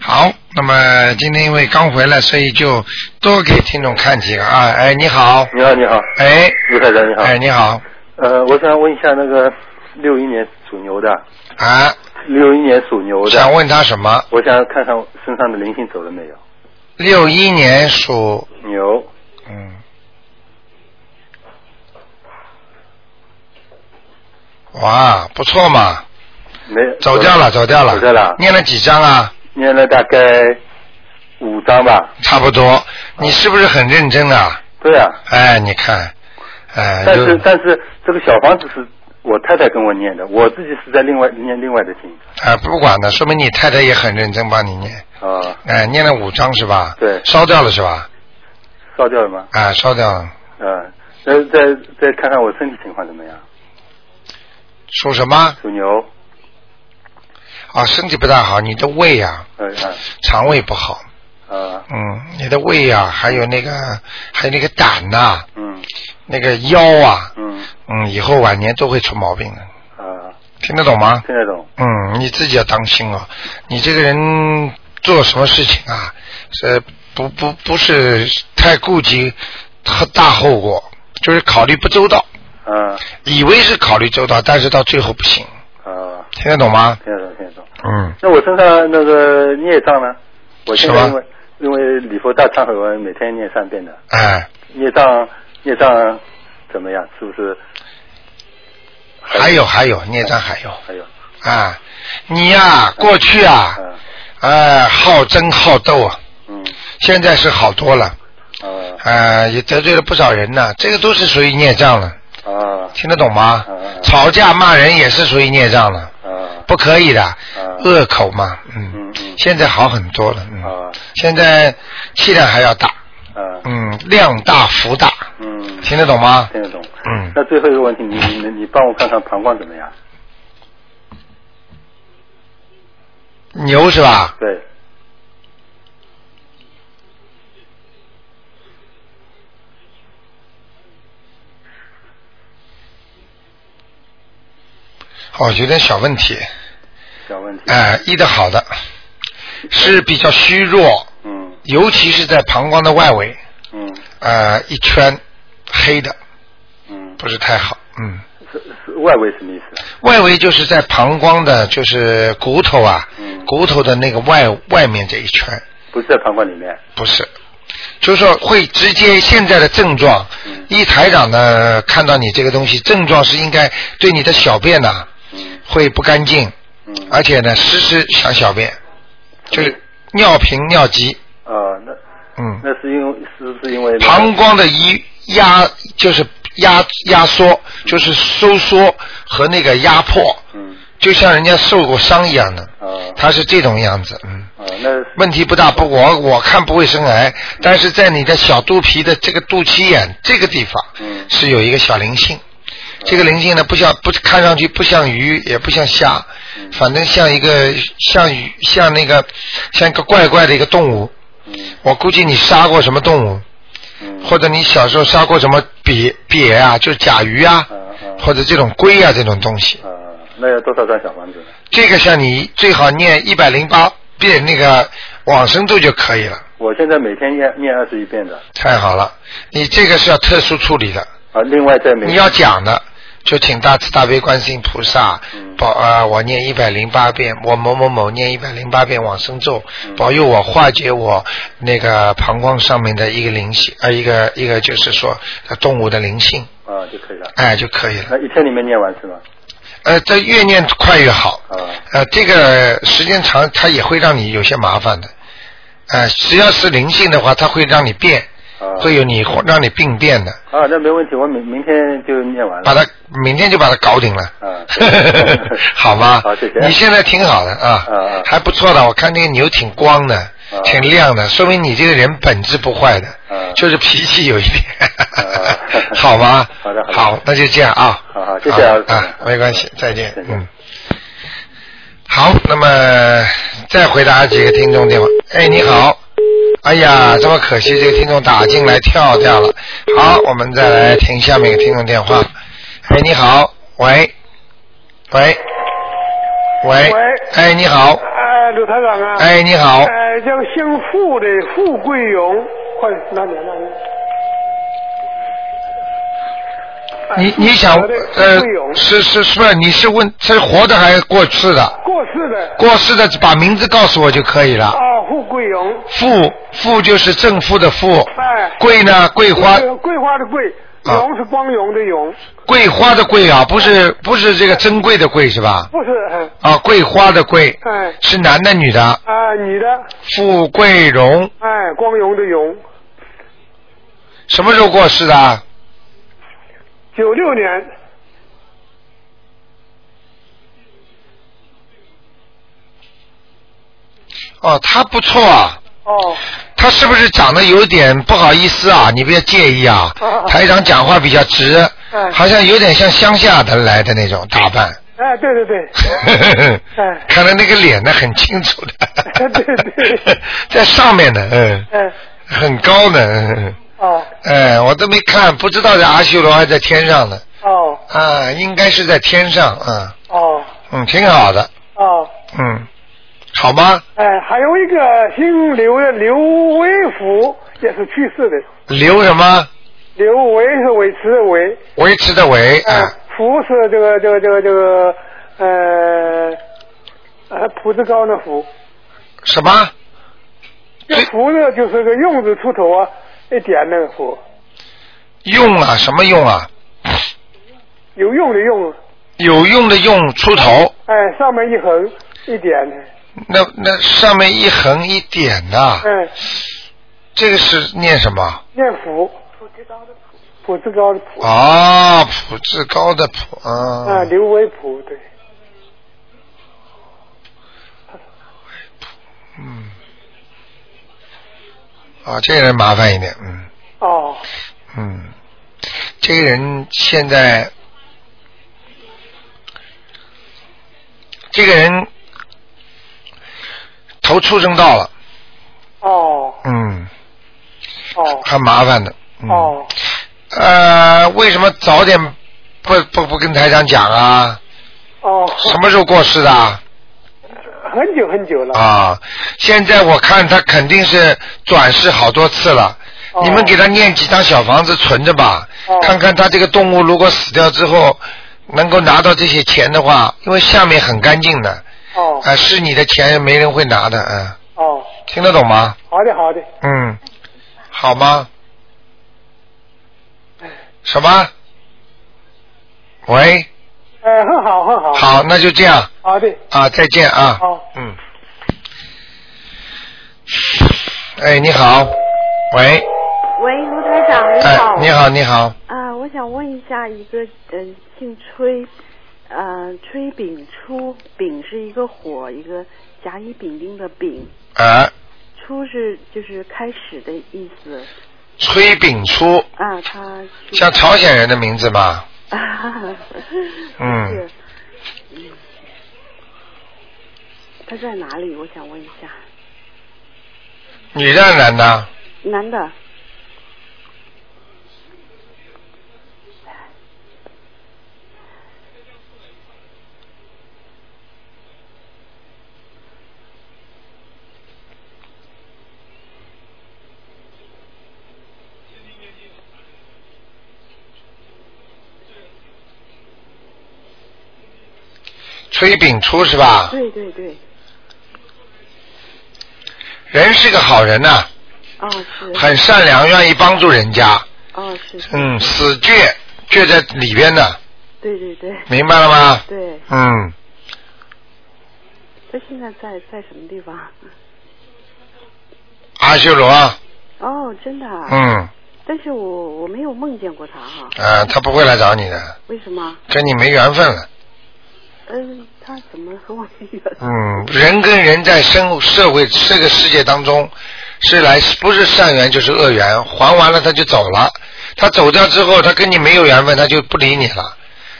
A: 好，那么今天因为刚回来，所以就多给听众看几个啊。哎，你好，
I: 你好，你好，
A: 哎，
I: 卢台长，你好。
A: 哎，你好，
I: 呃，我想问一下那个六一年属牛的，
A: 啊，
I: 六一年属牛
A: 想
I: 的，
A: 问他什么？
I: 我想看看我身上的灵性走了没有。
A: 六一年属，
I: 牛，
A: 嗯，哇，不错嘛，
I: 没
A: 走掉了，走掉了，
I: 走掉了，
A: 念了几张啊？
I: 念了大概五张吧。
A: 差不多，你是不是很认真啊？
I: 对啊，
A: 哎，你看，哎，
I: 但是
A: 就
I: 但是这个小房子是我太太跟我念的，我自己是在另外念另外的经
A: 哎，不管了，说明你太太也很认真帮你念，
I: 啊，
A: 哎，念了五张是吧？
I: 对
A: 烧掉了是吧？
I: 烧掉了吗？
A: 啊，烧掉了，
I: 啊，那再再看看我身体情况怎么样？
A: 属什么？
I: 属牛，
A: 啊，身体不大好，你的胃啊，
I: 呃
A: 肠胃不好，
I: 啊啊
A: 嗯，你的胃啊，还有那个，还有那个胆呐、
I: 嗯
A: 那个腰啊，
I: 嗯
A: 嗯，以后晚年都会出毛病的，
I: 啊，
A: 听得懂吗？
I: 听得懂。
A: 嗯，你自己要当心哦，你这个人做什么事情啊，是不不不是太顾及和大后果，就是考虑不周到，
I: 啊
A: 以为是考虑周到，但是到最后不行，
I: 啊，
A: 听得懂吗？
I: 听得懂，听得懂。
A: 嗯，
I: 那我身上那个孽障呢？我现在
A: 什
I: 因
A: 么
I: 为因为礼佛大忏悔文每天念三遍的，
A: 哎，
I: 孽障孽障怎么样？是不是？
A: 还有还有，孽障还有
I: 还有，
A: 啊，你呀、过去啊，
I: 嗯
A: 哎，好争好斗啊，
I: 嗯
A: 现在是好多了，
I: 啊
A: 呃，也得罪了不少人呢，这个都是属于孽障了，
I: 啊
A: 听得懂吗
I: 嗯嗯？嗯
A: 吵架骂人也是属于孽障了，
I: 啊
A: 不可以的，
I: 嗯
A: 恶口嘛，嗯
I: 嗯嗯，
A: 现在好很多了，嗯，
I: 啊
A: 现在气量还要大，
I: 啊
A: 嗯，量大福大，
I: 嗯，
A: 听得懂吗？
I: 听得懂。
A: 嗯
I: 那最后一个问题，你你你帮我看看膀胱怎么样？
A: 牛是吧？
I: 对，
A: 我觉得哦小问题，
I: 小问题。
A: 哎、医的好的是比较虚弱，
I: 嗯
A: 尤其是在膀胱的外围，
I: 嗯
A: 呃，一圈黑的，
I: 嗯，
A: 不是太好。嗯，
I: 是是外围什么意思？
A: 外围就是在膀胱的，就是骨头啊，
I: 嗯，
A: 骨头的那个外外面这一圈，
I: 不是在膀胱里面。
A: 不是，就是说会直接现在的症状
I: 嗯。
A: 一台长呢看到你这个东西，症状是应该对你的小便呐、
I: 嗯
A: 会不干净，
I: 嗯。
A: 而且呢时时想小便，就是尿频尿急，
I: 呃，那
A: 嗯，
I: 那是因为是不是因为那个
A: 膀胱的一压就是压压缩，就是收缩和那个压迫，
I: 嗯
A: 就像人家受过伤一样的，
I: 啊
A: 它是这种样子，嗯。
I: 啊那是
A: 问题不大，不我我看不会生癌，但是在你的小肚皮的这个肚脐眼这个地方，
I: 嗯啊
A: 是有一个小灵性，这个灵性呢不像不看上去不像鱼也不像虾，
I: 嗯
A: 反正像一个像鱼像那个像一个怪怪的一个动物，
I: 嗯
A: 我估计你杀过什么动物，
I: 嗯
A: 或者你小时候杀过什么鳖鳖啊，就是甲鱼啊
I: 啊，啊
A: 或者这种龟啊这种东西，
I: 啊那要多少张小房子呢？
A: 这个像你最好念一百零八遍那个往生咒就可以了。
I: 我现在每天念念二十一遍的
A: 太好了，你这个是要特殊处理的，
I: 啊，另外在每
A: 你要讲的就请大慈大悲观世音菩萨
I: 嗯
A: 保啊、我念一百零八遍，我某某某念一百零八遍往生咒，
I: 嗯
A: 保佑我化解我那个膀胱上面的一个灵性，啊，一个一个就是说呃动物的灵性，
I: 啊就可以了。
A: 哎就可以了。
I: 那一天里面念完是吗？
A: 呃，这越念快越好。
I: 啊
A: 呃，这个时间长，它也会让你有些麻烦的。呃，只要是灵性的话，它会让你变，
I: 啊
A: 会有你让你病变的。
I: 啊，那没问题，我明明天就念完
A: 把
I: 了。
A: 它明天就把它搞定了，
I: 嗯对
A: (laughs) 好吗？
I: 好谢谢
A: 你现在挺好的啊，
I: 嗯嗯
A: 还不错的，我看那个牛挺光的，
I: 嗯
A: 挺亮的，说明你这个人本质不坏的，
I: 嗯
A: 就是脾气有一点，
I: 嗯
A: (laughs) 好吗？
I: 好的好的
A: 那就这样啊。
I: 好好谢谢啊
A: 啊，没关系，再见，嗯。好，那么再回答几个听众电话。哎，你好。哎呀，这么可惜，这个听众打进来跳掉了。好，我们再来听下面一个听众电话。哎，你好，喂，喂，喂，
E: 喂
A: 哎，你好，
E: 哎，鲁台长啊！，
A: 哎，你好，
E: 哎，叫姓傅的傅桂荣，快拿你拿你。哎
A: 你你想
E: 我的
A: 呃
E: 傅桂荣，
A: 是是是不是你是问是活的还是过世的？
E: 过世的
A: 过世的把名字告诉我就可以了。
E: 啊，傅桂荣，
A: 富富就是正负的富，
E: 哎，
A: 桂呢桂花
E: 桂桂花的桂，
A: 啊
E: 荣是光荣的荣，
A: 桂花的桂啊，不是不是这个珍贵的贵是吧？
E: 不是哎
A: 啊，桂花的桂
E: 哎
A: 是男的女的？
E: 啊，你的
A: 富贵荣
E: 哎，光荣的荣，
A: 什么时候过世的啊？
E: 九六年
A: 哦，他不错啊，
E: 哦，
A: 他是不是长得有点不好意思啊？你别介意啊
E: 啊，
A: 台长讲话比较直，
E: 哎
A: 好像有点像乡下的来的那种打扮。
E: 哎，对对对，
A: (laughs)
E: 哎，
A: 看来那个脸呢很清楚的
E: 对对
A: (laughs) 在上面呢，嗯，
E: 哎
A: 很高呢，嗯，
E: 哦
A: 哎，我都没看，不知道这阿修罗还在天上呢，
E: 哦
A: 啊，应该是在天上，啊，
E: 哦
A: 嗯，挺好的，
E: 哦。
A: 嗯，好吗？
E: 哎，还有一个姓刘的刘维福也是去世的，
A: 留什么？
E: 刘维是维持的维，
A: 维持的维，
E: 哎
A: 啊，，
E: 福是这个这个这个这个呃呃朴字高的福，
A: 什么？
E: 这
A: 对
E: 福呢就是个用字出头啊，一点那个福，
A: 用啊，什么用啊？
E: 有用的用，
A: 有用的用出头，
E: 哎，上面一横一点的，
A: 那那上面一横一点呐、
E: 哎，
A: 这个是念什么？
E: 念福，朴字高的朴，
A: 哦，普至高的普
E: 啊，
A: 啊，
E: 刘维普对，
A: 嗯，啊，这个人麻烦一点，嗯
E: 哦
A: 嗯，这个人现在，这个人头畜生道了，
E: 哦
A: 嗯，
E: 哦
A: 很麻烦的，嗯，
E: 哦
A: 呃，为什么早点不不不跟台长讲啊？
E: 哦，
A: 什么时候过世的啊？
E: 很久很久了。
A: 啊，现在我看他肯定是转世好多次了。
E: 哦
A: 你们给他念几张小房子存着吧，看看他这个动物如果死掉之后能够拿到这些钱的话，因为下面很干净的，
E: 哦
A: 啊，是你的钱没人会拿的，嗯，
E: 哦，
A: 听得懂吗？
E: 好的好的，
A: 嗯，好吗？什么？喂，
E: 呃，很好很好。
A: 好，那就这样
E: 好的，
A: 啊，再见啊，
E: 好。
A: 嗯。哎，你好，喂，
J: 喂，卢台长，你
A: 哎
J: 好。，
A: 你好，你好，
J: 啊，我想问一下，一个呃，姓崔，呃，崔炳初，炳是一个火，一个甲乙丙丁的丙，
A: 啊，
J: 初是就是开始的意思。
A: 崔炳初，
J: 啊，他
A: 像朝鲜人的名字嘛，
J: 啊，
A: 嗯，
J: 是，嗯，他在哪里？我想问一下，
A: 女的男的？
J: (laughs) 男的，
A: 崔炳初是吧？
J: 对对对，
A: 人是个好人呐、
J: 哦是，
A: 很善良，愿意帮助人家，
J: 哦是，
A: 嗯，死倔倔在里边呢，
J: 对对对，
A: 明白了吗？
J: 对，
A: 嗯，
J: 他现在在在什么地方？
A: 阿修罗，啊
J: 哦，真的啊。
A: 嗯，
J: 但是我我没有梦见过他哈，
A: 啊，他不会来找你的，
J: 为什么？
A: 跟你没缘分了。
J: 嗯、他怎么和我没缘？
A: 嗯，人跟人在生社会这个世界当中，是来不是善缘就是恶缘，还完了他就走了。他走掉之后，他跟你没有缘分，他就不理你了。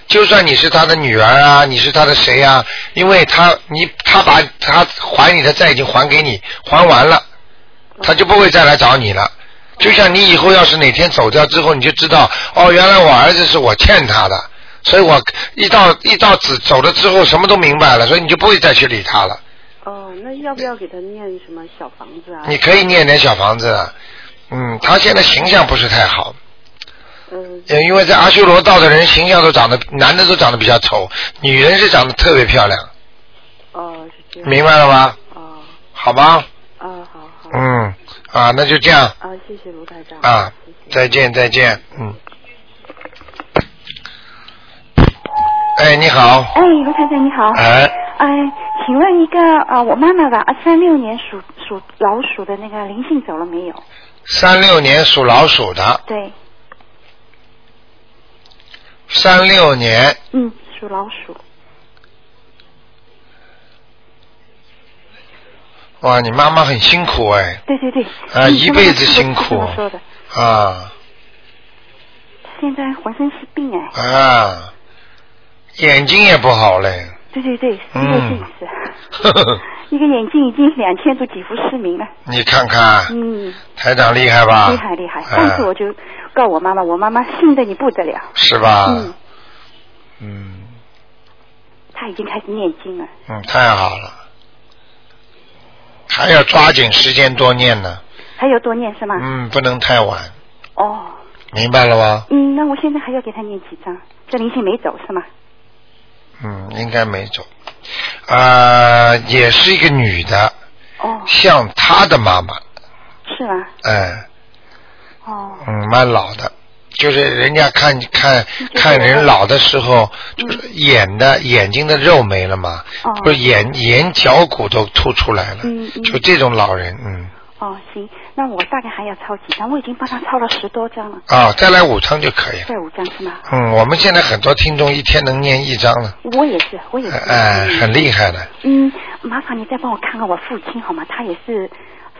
A: 就算你是他的女儿啊，你是他的谁啊？因为他你他把他还你的债已经还给你，还完了，他就不会再来找你了。就像你以后要是哪天走掉之后，你就知道哦，原来我儿子是我欠他的，所以我一到一到子走了之后，什么都明白了，所以你就不会再去理他了。
J: (laughs) 哦，那要不要给他念什么小房子啊？
A: 你可以念点小房子，嗯，他现在形象不是太好，
J: 嗯、
A: 呃因为在阿修罗道的人形象都长得男的都长得比较丑，女人是长得特别漂亮，
J: 哦，是这样。
A: 明白了吗？
J: 哦，
A: 好吗？
J: 啊，好好。
A: 嗯，啊，那就这样。
J: 啊，谢谢卢台长。
A: 啊，再见再见，嗯。哎，你好，
K: 哎，卢太太你好。
A: 哎，
K: 哎，请问一个呃，我妈妈吧，二三六年属属老鼠的那个灵性走了没有？
A: 三六年属老鼠的，
K: 对，
A: 三六年
K: 嗯，属老鼠。
A: 哇，你妈妈很辛苦哎，
K: 对对对。
A: 啊
K: 嗯
A: 一辈子辛苦
K: 是这么说的，
A: 啊
K: 现在浑身是病哎。
A: 啊，眼睛也不好嘞， (laughs)
K: 对对对，一个
A: 嗯
K: 近视，
A: 呵呵，
K: 一个眼睛已经两千度几乎失明了。
A: 你看看
K: 嗯。
A: 台长厉害吧？
K: 厉害厉害！
A: 啊
K: 上次我就告我妈妈，我妈妈信得你不得了。
A: 是吧？
K: 嗯，
A: 嗯
K: 她已经开始念经了。
A: 嗯，太好了，还要抓紧时间多念呢，
K: 还要多念是吗？
A: 嗯，不能太晚，
K: 哦，
A: 明白了吗？
K: 嗯，那我现在还要给她念几张？这灵性没走是吗？
A: 嗯，应该没走。啊、也是一个女的，
K: 哦，
A: 像她的妈妈，
K: 是吗？
A: 哎，
K: 哦，
A: 嗯，蛮老的，就是人家看看看人老的时候，
K: 嗯
A: 就是眼的眼睛的肉没了嘛，
K: 哦
A: 不是眼眼角骨都凸出来了，
K: 嗯嗯
A: 就这种老人，嗯，
K: 哦，行，那我大概还要抄几张？我已经帮她抄了十多张了，
A: 啊，再来五张就可以了。
K: 再五张是吗？
A: 嗯，我们现在很多听众一天能念一张了，
K: 我也是，我也是。
A: 哎、很厉害的，
K: 嗯，麻烦你再帮我看看我父亲好吗？他也是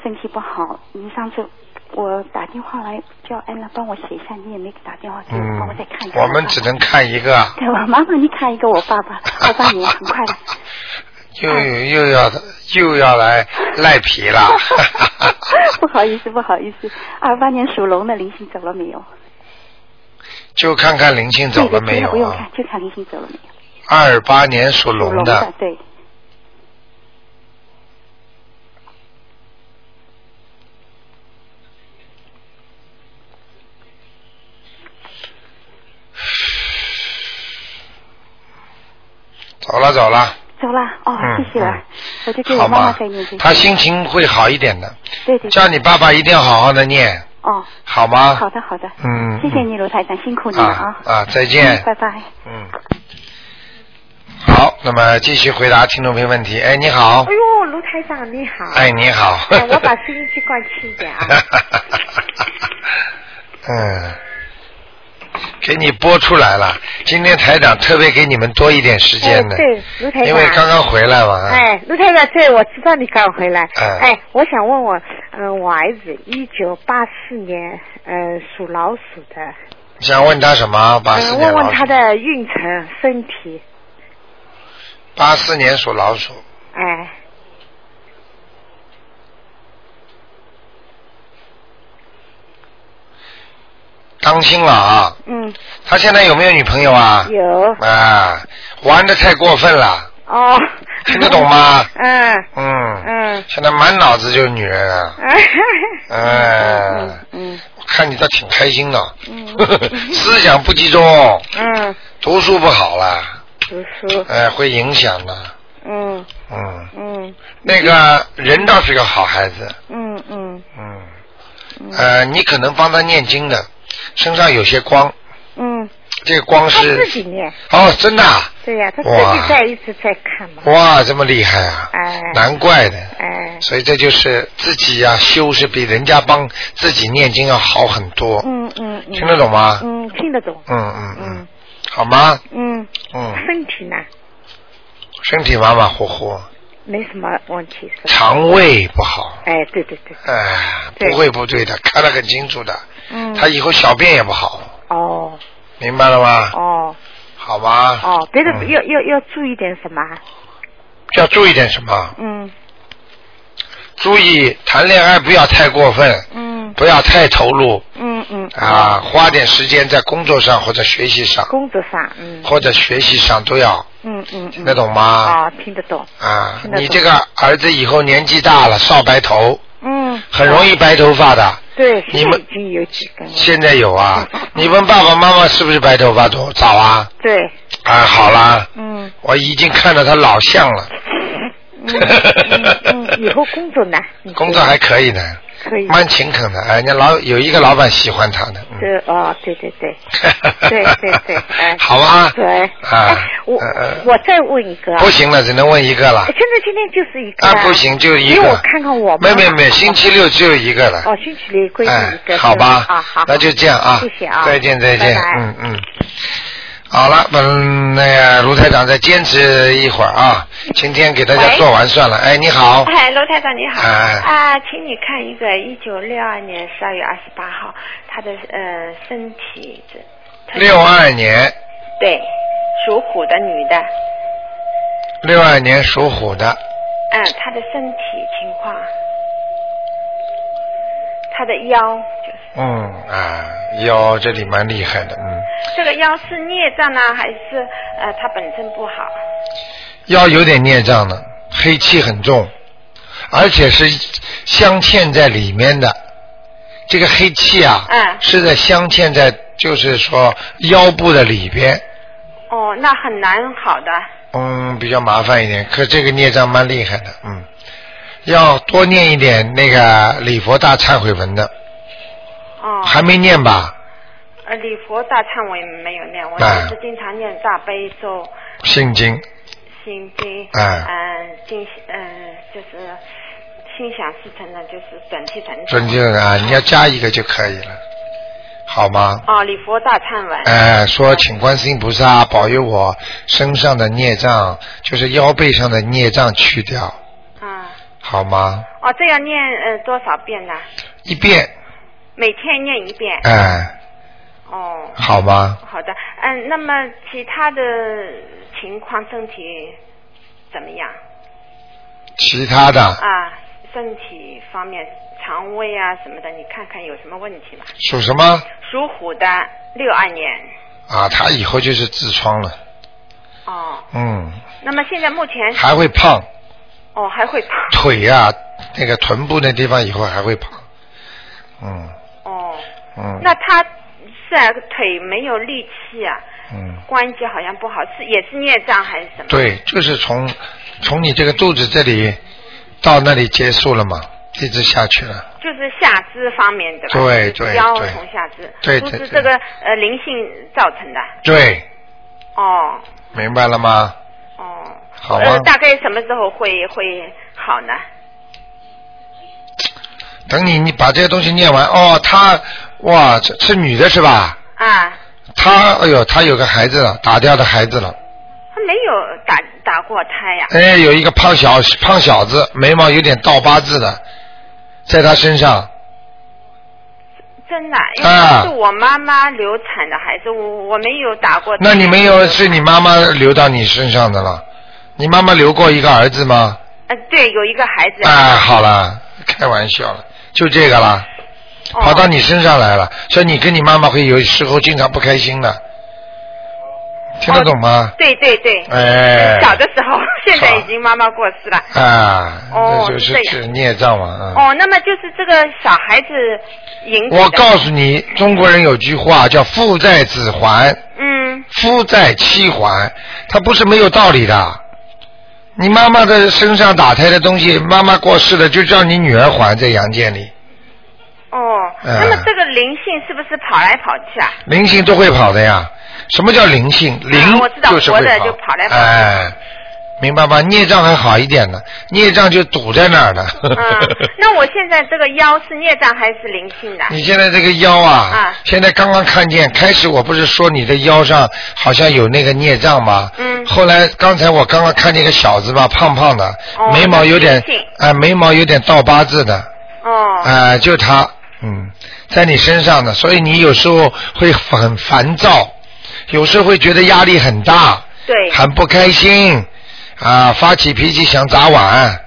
K: 身体不好。你上次我打电话来叫安娜帮我写一下，你也没打电话给我，
A: 嗯
K: 帮我再看一，下。
A: 我们只能看一个啊，
K: 对，我麻烦你看一个我爸爸，二八年，很
A: (laughs)
K: 快的。
A: 又又要又要来赖皮
K: (laughs)
A: 了。
K: 不好意思，不好意思，二八年属龙的灵性走了没有？
A: 就看看灵性走了没有
K: 对对对不用
A: 啊？
K: 看，就看灵性走了没有。啊
A: 二八年属龙的，
K: 对，
A: 走了走了，
K: 走了哦，
A: 嗯
K: 谢谢了，我就给我
A: 好
K: 妈妈
A: 吗
K: 在念这些。嗯
A: 他心情会好一点的。
K: 对对对
A: 叫你爸爸一定要好好的念，
K: 哦，
A: 好吗？
K: 好的好的，
A: 嗯，
K: 谢谢你卢台长，辛苦你了
A: 啊
K: 啊，
A: 啊，再见
K: 嗯。拜拜。
A: (laughs) 嗯。好，那么继续回答听众朋友问题。哎，你好
C: 哎。呦，卢台长你好。
A: 哎你好
C: 哎我把声音机关轻一点啊。
A: 嗯，给你播出来了。今天台长特别给你们多一点 (laughs) 时间的，
C: 哎、对，卢台长。
A: 因为刚刚回来嘛。啊
C: 哎，卢台长，对，我知道你刚回来。
A: 嗯
C: 哎，我想问我，嗯、我儿子一九八四年，呃，属老鼠的，
A: 想问他什么？八四
C: 嗯，
A: 年
C: 问
A: 老
C: 问
A: 鼠
C: 他。的运程、身体，
A: 八四年属老鼠，
C: 哎，
A: 当心了啊！
C: 嗯，
A: 他现在有没有女朋友啊？
C: 有。
A: 啊，玩的太过分了，
C: 哦，
A: 听得懂吗？
C: 嗯
A: 嗯，
C: 嗯，
A: 现在满脑子就是女人啊。哎，
C: 嗯，
A: 我看你倒挺开心的，
C: 嗯
A: (laughs) 思想不集中，
C: 嗯，
A: 读书不好啦，
C: 读书，
A: 哎，会影响的，
C: 嗯
A: 嗯，
C: 嗯
A: 那个人倒是个好孩子，
C: 嗯嗯
A: 嗯，呃，你可能帮他念经的，身上有些光，
C: 嗯，
A: 这个光
C: 他
A: 是
C: 自己念，
A: 哦，真的啊，
C: 对呀、他自
A: 哇
C: 己在一直在看嘛，
A: 哇，这么厉害啊，
C: 嗯哎，
A: 难怪的，
C: 哎，
A: 所以这就是自己呀、修是比人家帮自己念经要好很多，
C: 嗯嗯嗯，
A: 听得懂吗
C: 嗯，听得懂，
A: 嗯嗯嗯，好吗？
C: 嗯，
A: 嗯，
C: 身体呢
A: 身体马马虎虎，
C: 没什么问题是吧？
A: 肠胃不好，
C: 哎，对对对，
A: 哎，
C: 对
A: 不会不对的，看得很清楚的，
C: 嗯，
A: 他以后小便也不好，
C: 哦
A: 明白了吗？
C: 哦
A: 好吧，
C: 哦，别的
A: 嗯
C: 要要要注意点什么啊？
A: 要注意点什么？
C: 嗯
A: 注意谈恋爱不要太过分，
C: 嗯
A: 不要太投入
C: 嗯嗯，
A: 啊，花点时间在工作上或者学习上，
C: 工作上，嗯
A: 或者学习上都要
C: 嗯嗯，
A: 听得懂吗？
C: 啊，听得懂，
A: 啊，
C: 听得懂
A: 你这个儿子以后年纪大了，少白头，
C: 嗯，
A: 很容易白头发的。
C: 对，
A: 你们
C: 现在已经有几根了，
A: 现在有
C: (laughs)
A: 啊，你问爸爸妈妈是不是白头发多早啊？
C: 对，
A: 啊，好啦，
C: 嗯
A: 我已经看到他老相了，
C: 嗯嗯
A: (laughs)
C: 嗯，以后工作呢？你
A: 工作还可以呢，
C: 可以，
A: 蛮勤恳的，哎，人家老有一个老板喜欢他的，嗯
C: 对哦，对对对，
A: (laughs)
C: 对对对，哎，
A: 好啊
C: 对，
A: 啊，
C: 哎我
A: 呃
C: 我再问一个啊，
A: 不行了，只能问一个了
C: 现。在今天就是一个
A: 啊，不行，就一
C: 因为我
A: 个。
C: 看看我妈
A: 没
C: 妈
A: 没没，星期六只有一个了。
C: 哦，星期六规定
A: 哎
C: 一个，，
A: 好吧，
C: 啊，好，
A: 那就这样啊，
C: 谢谢啊，
A: 再见再见，
C: 拜拜
A: 嗯嗯，好了，本那个卢台长再坚持一会儿啊，
C: 嗯
A: 今天给大家做完算了，哎，你好，
L: 哎，罗台长你好。
A: 哎
L: 啊，请你看一个一九六二年十二月二十八号，他的呃身体这
A: 六二年，
L: 对属虎的女的，
A: 六二年属虎的，
L: 嗯，她的身体情况，她的腰，
A: 嗯啊，腰这里蛮厉害的，嗯，
L: 这个腰是孽障呢，还是呃她本身不好？
A: 腰有点孽障的，黑气很重，而且是镶嵌在里面的，这个黑气啊，
L: 嗯
A: 是在镶嵌在就是说腰部的里边。
L: 哦，那很难好的。
A: 嗯，比较麻烦一点，可这个孽障蛮厉害的，嗯，要多念一点那个礼佛大忏悔文的，
L: 哦。
A: 还没念吧？
L: 呃，礼佛大忏悔没有念，我
A: 哎
L: 只是经常念大悲咒。
A: 心经，
L: 心经，
A: 哎
L: 嗯，心嗯，就是心想事成的，就是准提神。
A: 准提神啊，你要加一个就可以了，好吗？
L: 哦，礼佛大忏文。
A: 哎，说请观世音菩萨保佑我身上的孽障，就是腰背上的孽障去掉，
L: 嗯，
A: 好吗？
L: 哦，这要念呃多少遍呢？
A: 一遍，
L: 每天念一遍。
A: 哎，
L: 哦。
A: 好吗？
L: 好的，嗯，那么其他的情况身体怎么样？
A: 其他的
L: 啊，身体方面，肠胃啊什么的，你看看有什么问题吗？
A: 属什么
L: 属虎的，六二年。
A: 啊？他以后就是痔疮了，
L: 哦，
A: 嗯，
L: 那么现在目前是
A: 还会胖，
L: 哦，还会胖
A: 腿呀、那个臀部那地方以后还会胖，嗯
L: 哦。
A: 嗯
L: 那他是啊，腿没有力气啊，
A: 嗯，
L: 关节好像不好，是也是孽障还是什么？
A: 对，就是从从你这个肚子这里到那里结束了嘛，一直下去了，
L: 就是下肢方面的吧，
A: 对对
L: 腰
A: 对
L: 从下肢，
A: 对
L: 都
A: 对
L: 是
A: 对
L: 这个呃灵性造成的。
A: 对，
L: 哦
A: 明白了吗？
L: 哦，
A: 好
L: 呃
A: 吗，？
L: 大概什么时候会会好呢？
A: 等你你把这些东西念完，哦，她哇，这是女的是吧？
L: 啊，
A: 她哎呦，她有个孩子了，打掉的孩子了，
L: 他没有打打过胎呀、
A: 哎，有一个胖小胖小子，眉毛有点倒八字的，在她身上。
L: 真的，因为
A: 啊
L: 他是我妈妈流产的孩子，我我没有打过胎。
A: 那你没有是你妈妈流到你身上的了？你妈妈留过一个儿子吗？
L: 呃，对，有一个孩子。
A: 哎，好了，开玩笑了，就这个啦，
L: 哦
A: 跑到你身上来了，所以你跟你妈妈会有时候经常不开心的，听得懂吗？
L: (laughs) 对对对。
A: 哎
L: 小的时候， (laughs) 现在已经妈妈过世了。
A: 啊，
L: 哦
A: 那就是
L: 是这
A: 指孽障嘛啊。
L: 哦，那么就是这个小孩子引起的。
A: 我告诉你，中国人有句话叫“父债子还”，
L: 嗯，
A: 夫债妻还，它不是没有道理的。你妈妈的身上打胎的东西，妈妈过世了就叫你女儿还，在阳间里，
L: 哦，
A: 哎
L: 那么这个灵性是不是跑来跑去
A: (laughs)
L: 啊？
A: 灵性都会跑的呀。什么叫灵性？灵
L: 啊我知道
A: 就是会
L: 活
A: 跑，
L: 着就跑来跑去
A: 哎，明白吗？孽障还好一点呢，孽障就堵在那儿了。
L: 啊
A: (laughs)
L: 那我现在这个腰是孽障还是灵性的？
A: 你现在这个腰啊，
L: 啊
A: 现在刚刚看见，开始我不是说你的腰上好像有那个孽障吗？
L: 嗯
A: 后来刚才我刚刚看见一个小子吧，胖胖的，
L: 哦
A: 眉毛有点
L: 那是灵性，
A: 啊、眉毛有点倒八字的，
L: 哦
A: 啊、就他，嗯，在你身上的，所以你有时候会很烦躁，有时候会觉得压力很大，
L: 对，
A: 很不开心，啊、发起脾气想砸碗，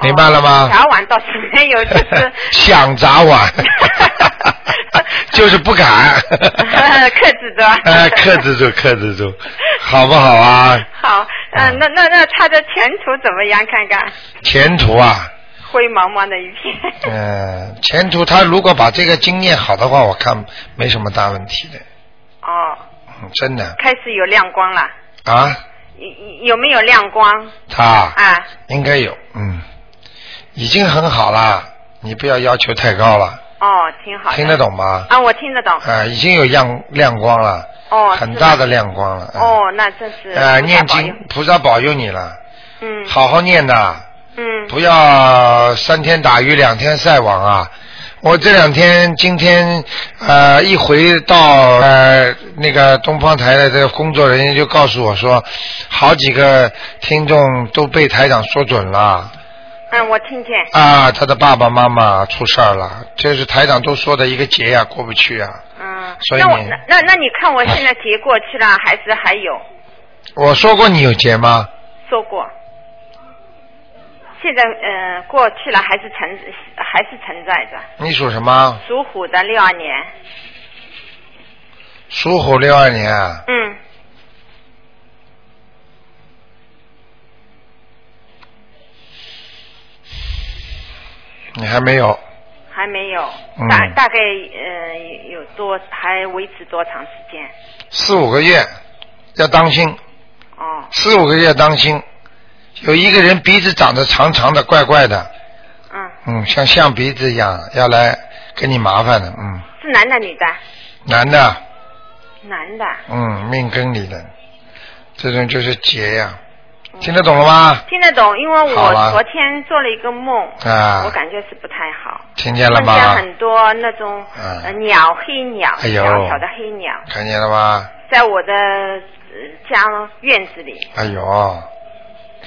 A: 明白了吗？
L: 打哦碗倒是没有，就是 (laughs)
A: 想砸碗，就是不
L: (laughs)
A: 敢。(laughs)
L: 呃克制的。
A: 哎，克制住，克制住，好不好啊？
L: 好，嗯、那那那他的前途怎么样？看看
A: 前途啊，
L: 灰茫茫的一片。
A: 嗯、前途他如果把这个经验好的话，我看没什么大问题的，
L: 哦，
A: 嗯，真的
L: 开始有亮光了，
A: 啊，
L: 有有没有亮光
A: 他
L: 啊？
A: 应该有，嗯，已经很好啦，你不要要求太高了，
L: 哦，挺好的。
A: 听得懂吗？
L: 啊，我听得懂。
A: 啊，已经有亮亮光了，
L: 哦，
A: 很
L: 是
A: 大
L: 吗
A: 的。亮光了，嗯
L: 哦，那真是。
A: 呃，
L: 菩萨
A: 念
L: 保
A: 经
L: 佑，
A: 菩萨保佑你了，
L: 嗯
A: 好好念呐，
L: 嗯
A: 不要三天打鱼两天晒网啊！我这两天今天呃一回到呃那个东方台的这个工作人员就告诉我说，好几个听众都被台长说准了
L: 嗯，我听见。
A: 啊，他的爸爸妈妈出事儿了，这是台长都说的一个结呀、过不去啊。
L: 嗯，
A: 所以
L: 那我
A: 你
L: 那那那你看我现在结过
A: (laughs)
L: 去了，还是还有
A: 我说过你有结吗？
L: 说过？现在嗯、呃过去了还是存还是存在着。
A: 你属什么？
L: 属虎的六二年，
A: 属虎六二年啊。
L: 嗯，
A: 你还没有，
L: 还没有，
A: 嗯
L: 大大概呃有多还维持多长时间？
A: 四五个月，要当心。
L: 哦。
A: 四五个月当心，有一个人鼻子长得长长的、怪怪的。
L: 嗯。
A: 嗯，像象鼻子一样，要来给你麻烦的，嗯，
L: 是男的女的？
A: 男的，
L: 男的。
A: 嗯，命根里的，这种就是劫呀、
L: 嗯
A: 听得懂了吗？
L: 听得懂，因为
A: 好
L: 我
A: 了
L: 昨天做了一个梦，
A: 啊
L: 我感觉是不太好，
A: 听见了
L: 梦见
A: 吗？
L: 很多那种、
A: 嗯
L: 呃鸟，黑鸟，
A: 哎呦
L: 小小的黑鸟，
A: 看见了吗？
L: 在我的呃家院子里。
A: 哎呦，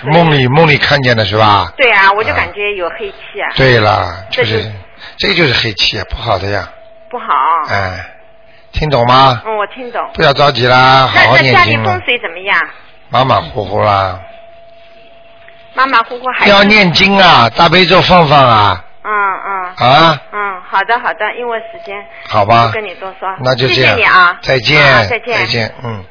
A: 梦里梦里看见的是吧？
L: 对啊，我就感觉有黑气啊。
A: 对啦，就
L: 这
A: 是这就是黑气啊，不好的呀，
L: 不好。
A: 哎，听懂吗？
L: 哦嗯，我听懂。
A: 不要着急啦，好好
L: 那那
A: 念
L: 家里
A: 经啊
L: 风
A: 了，
L: 水怎么样？
A: 马马虎虎啦。
L: 马马虎虎还是
A: 要念经啊，大悲咒放放啊，
L: 嗯嗯
A: 啊，
L: 嗯，好的好的，因为时间
A: 好吧
L: 不跟你多说，
A: 那就这
L: 谢
A: 样，
L: 谢你啊，
A: 再见，
L: 啊再见
A: 再见，嗯。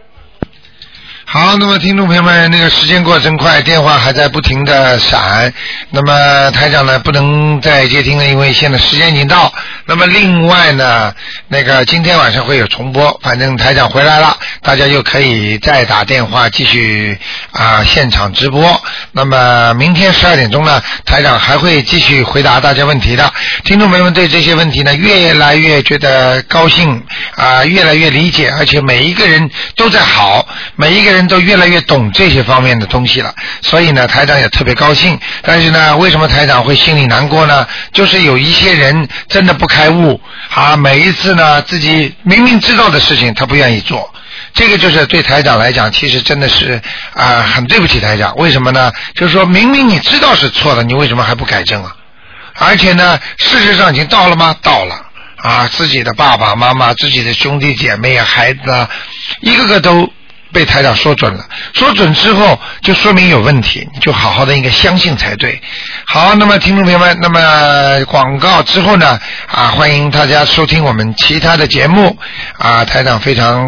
A: 好，那么听众朋友们，那个时间过得真快，电话还在不停的闪。那么台长呢，不能再接听了，因为现在时间已经到。那么另外呢，那个今天晚上会有重播，反正台长回来了，大家就可以再打电话继续啊、现场直播。那么明天十二点钟呢，台长还会继续回答大家问题的。听众朋友们对这些问题呢，越来越觉得高兴啊、越来越理解，而且每一个人都在好，每一个人都越来越懂这些方面的东西了。所以呢，台长也特别高兴。但是呢，为什么台长会心里难过呢？就是有一些人真的不开悟啊，每一次呢，自己明明知道的事情，他不愿意做。这个就是对台长来讲，其实真的是啊、很对不起台长。为什么呢？就是说明明你知道是错的，你为什么还不改正啊？而且呢，事实上已经到了吗？到了啊，自己的爸爸妈妈、自己的兄弟姐妹啊、孩子啊，一个个都被台长说准了。说准之后，就说明有问题，你就好好的应该相信才对。好，那么听众朋友们，那么广告之后呢，啊，欢迎大家收听我们其他的节目啊，台长非常。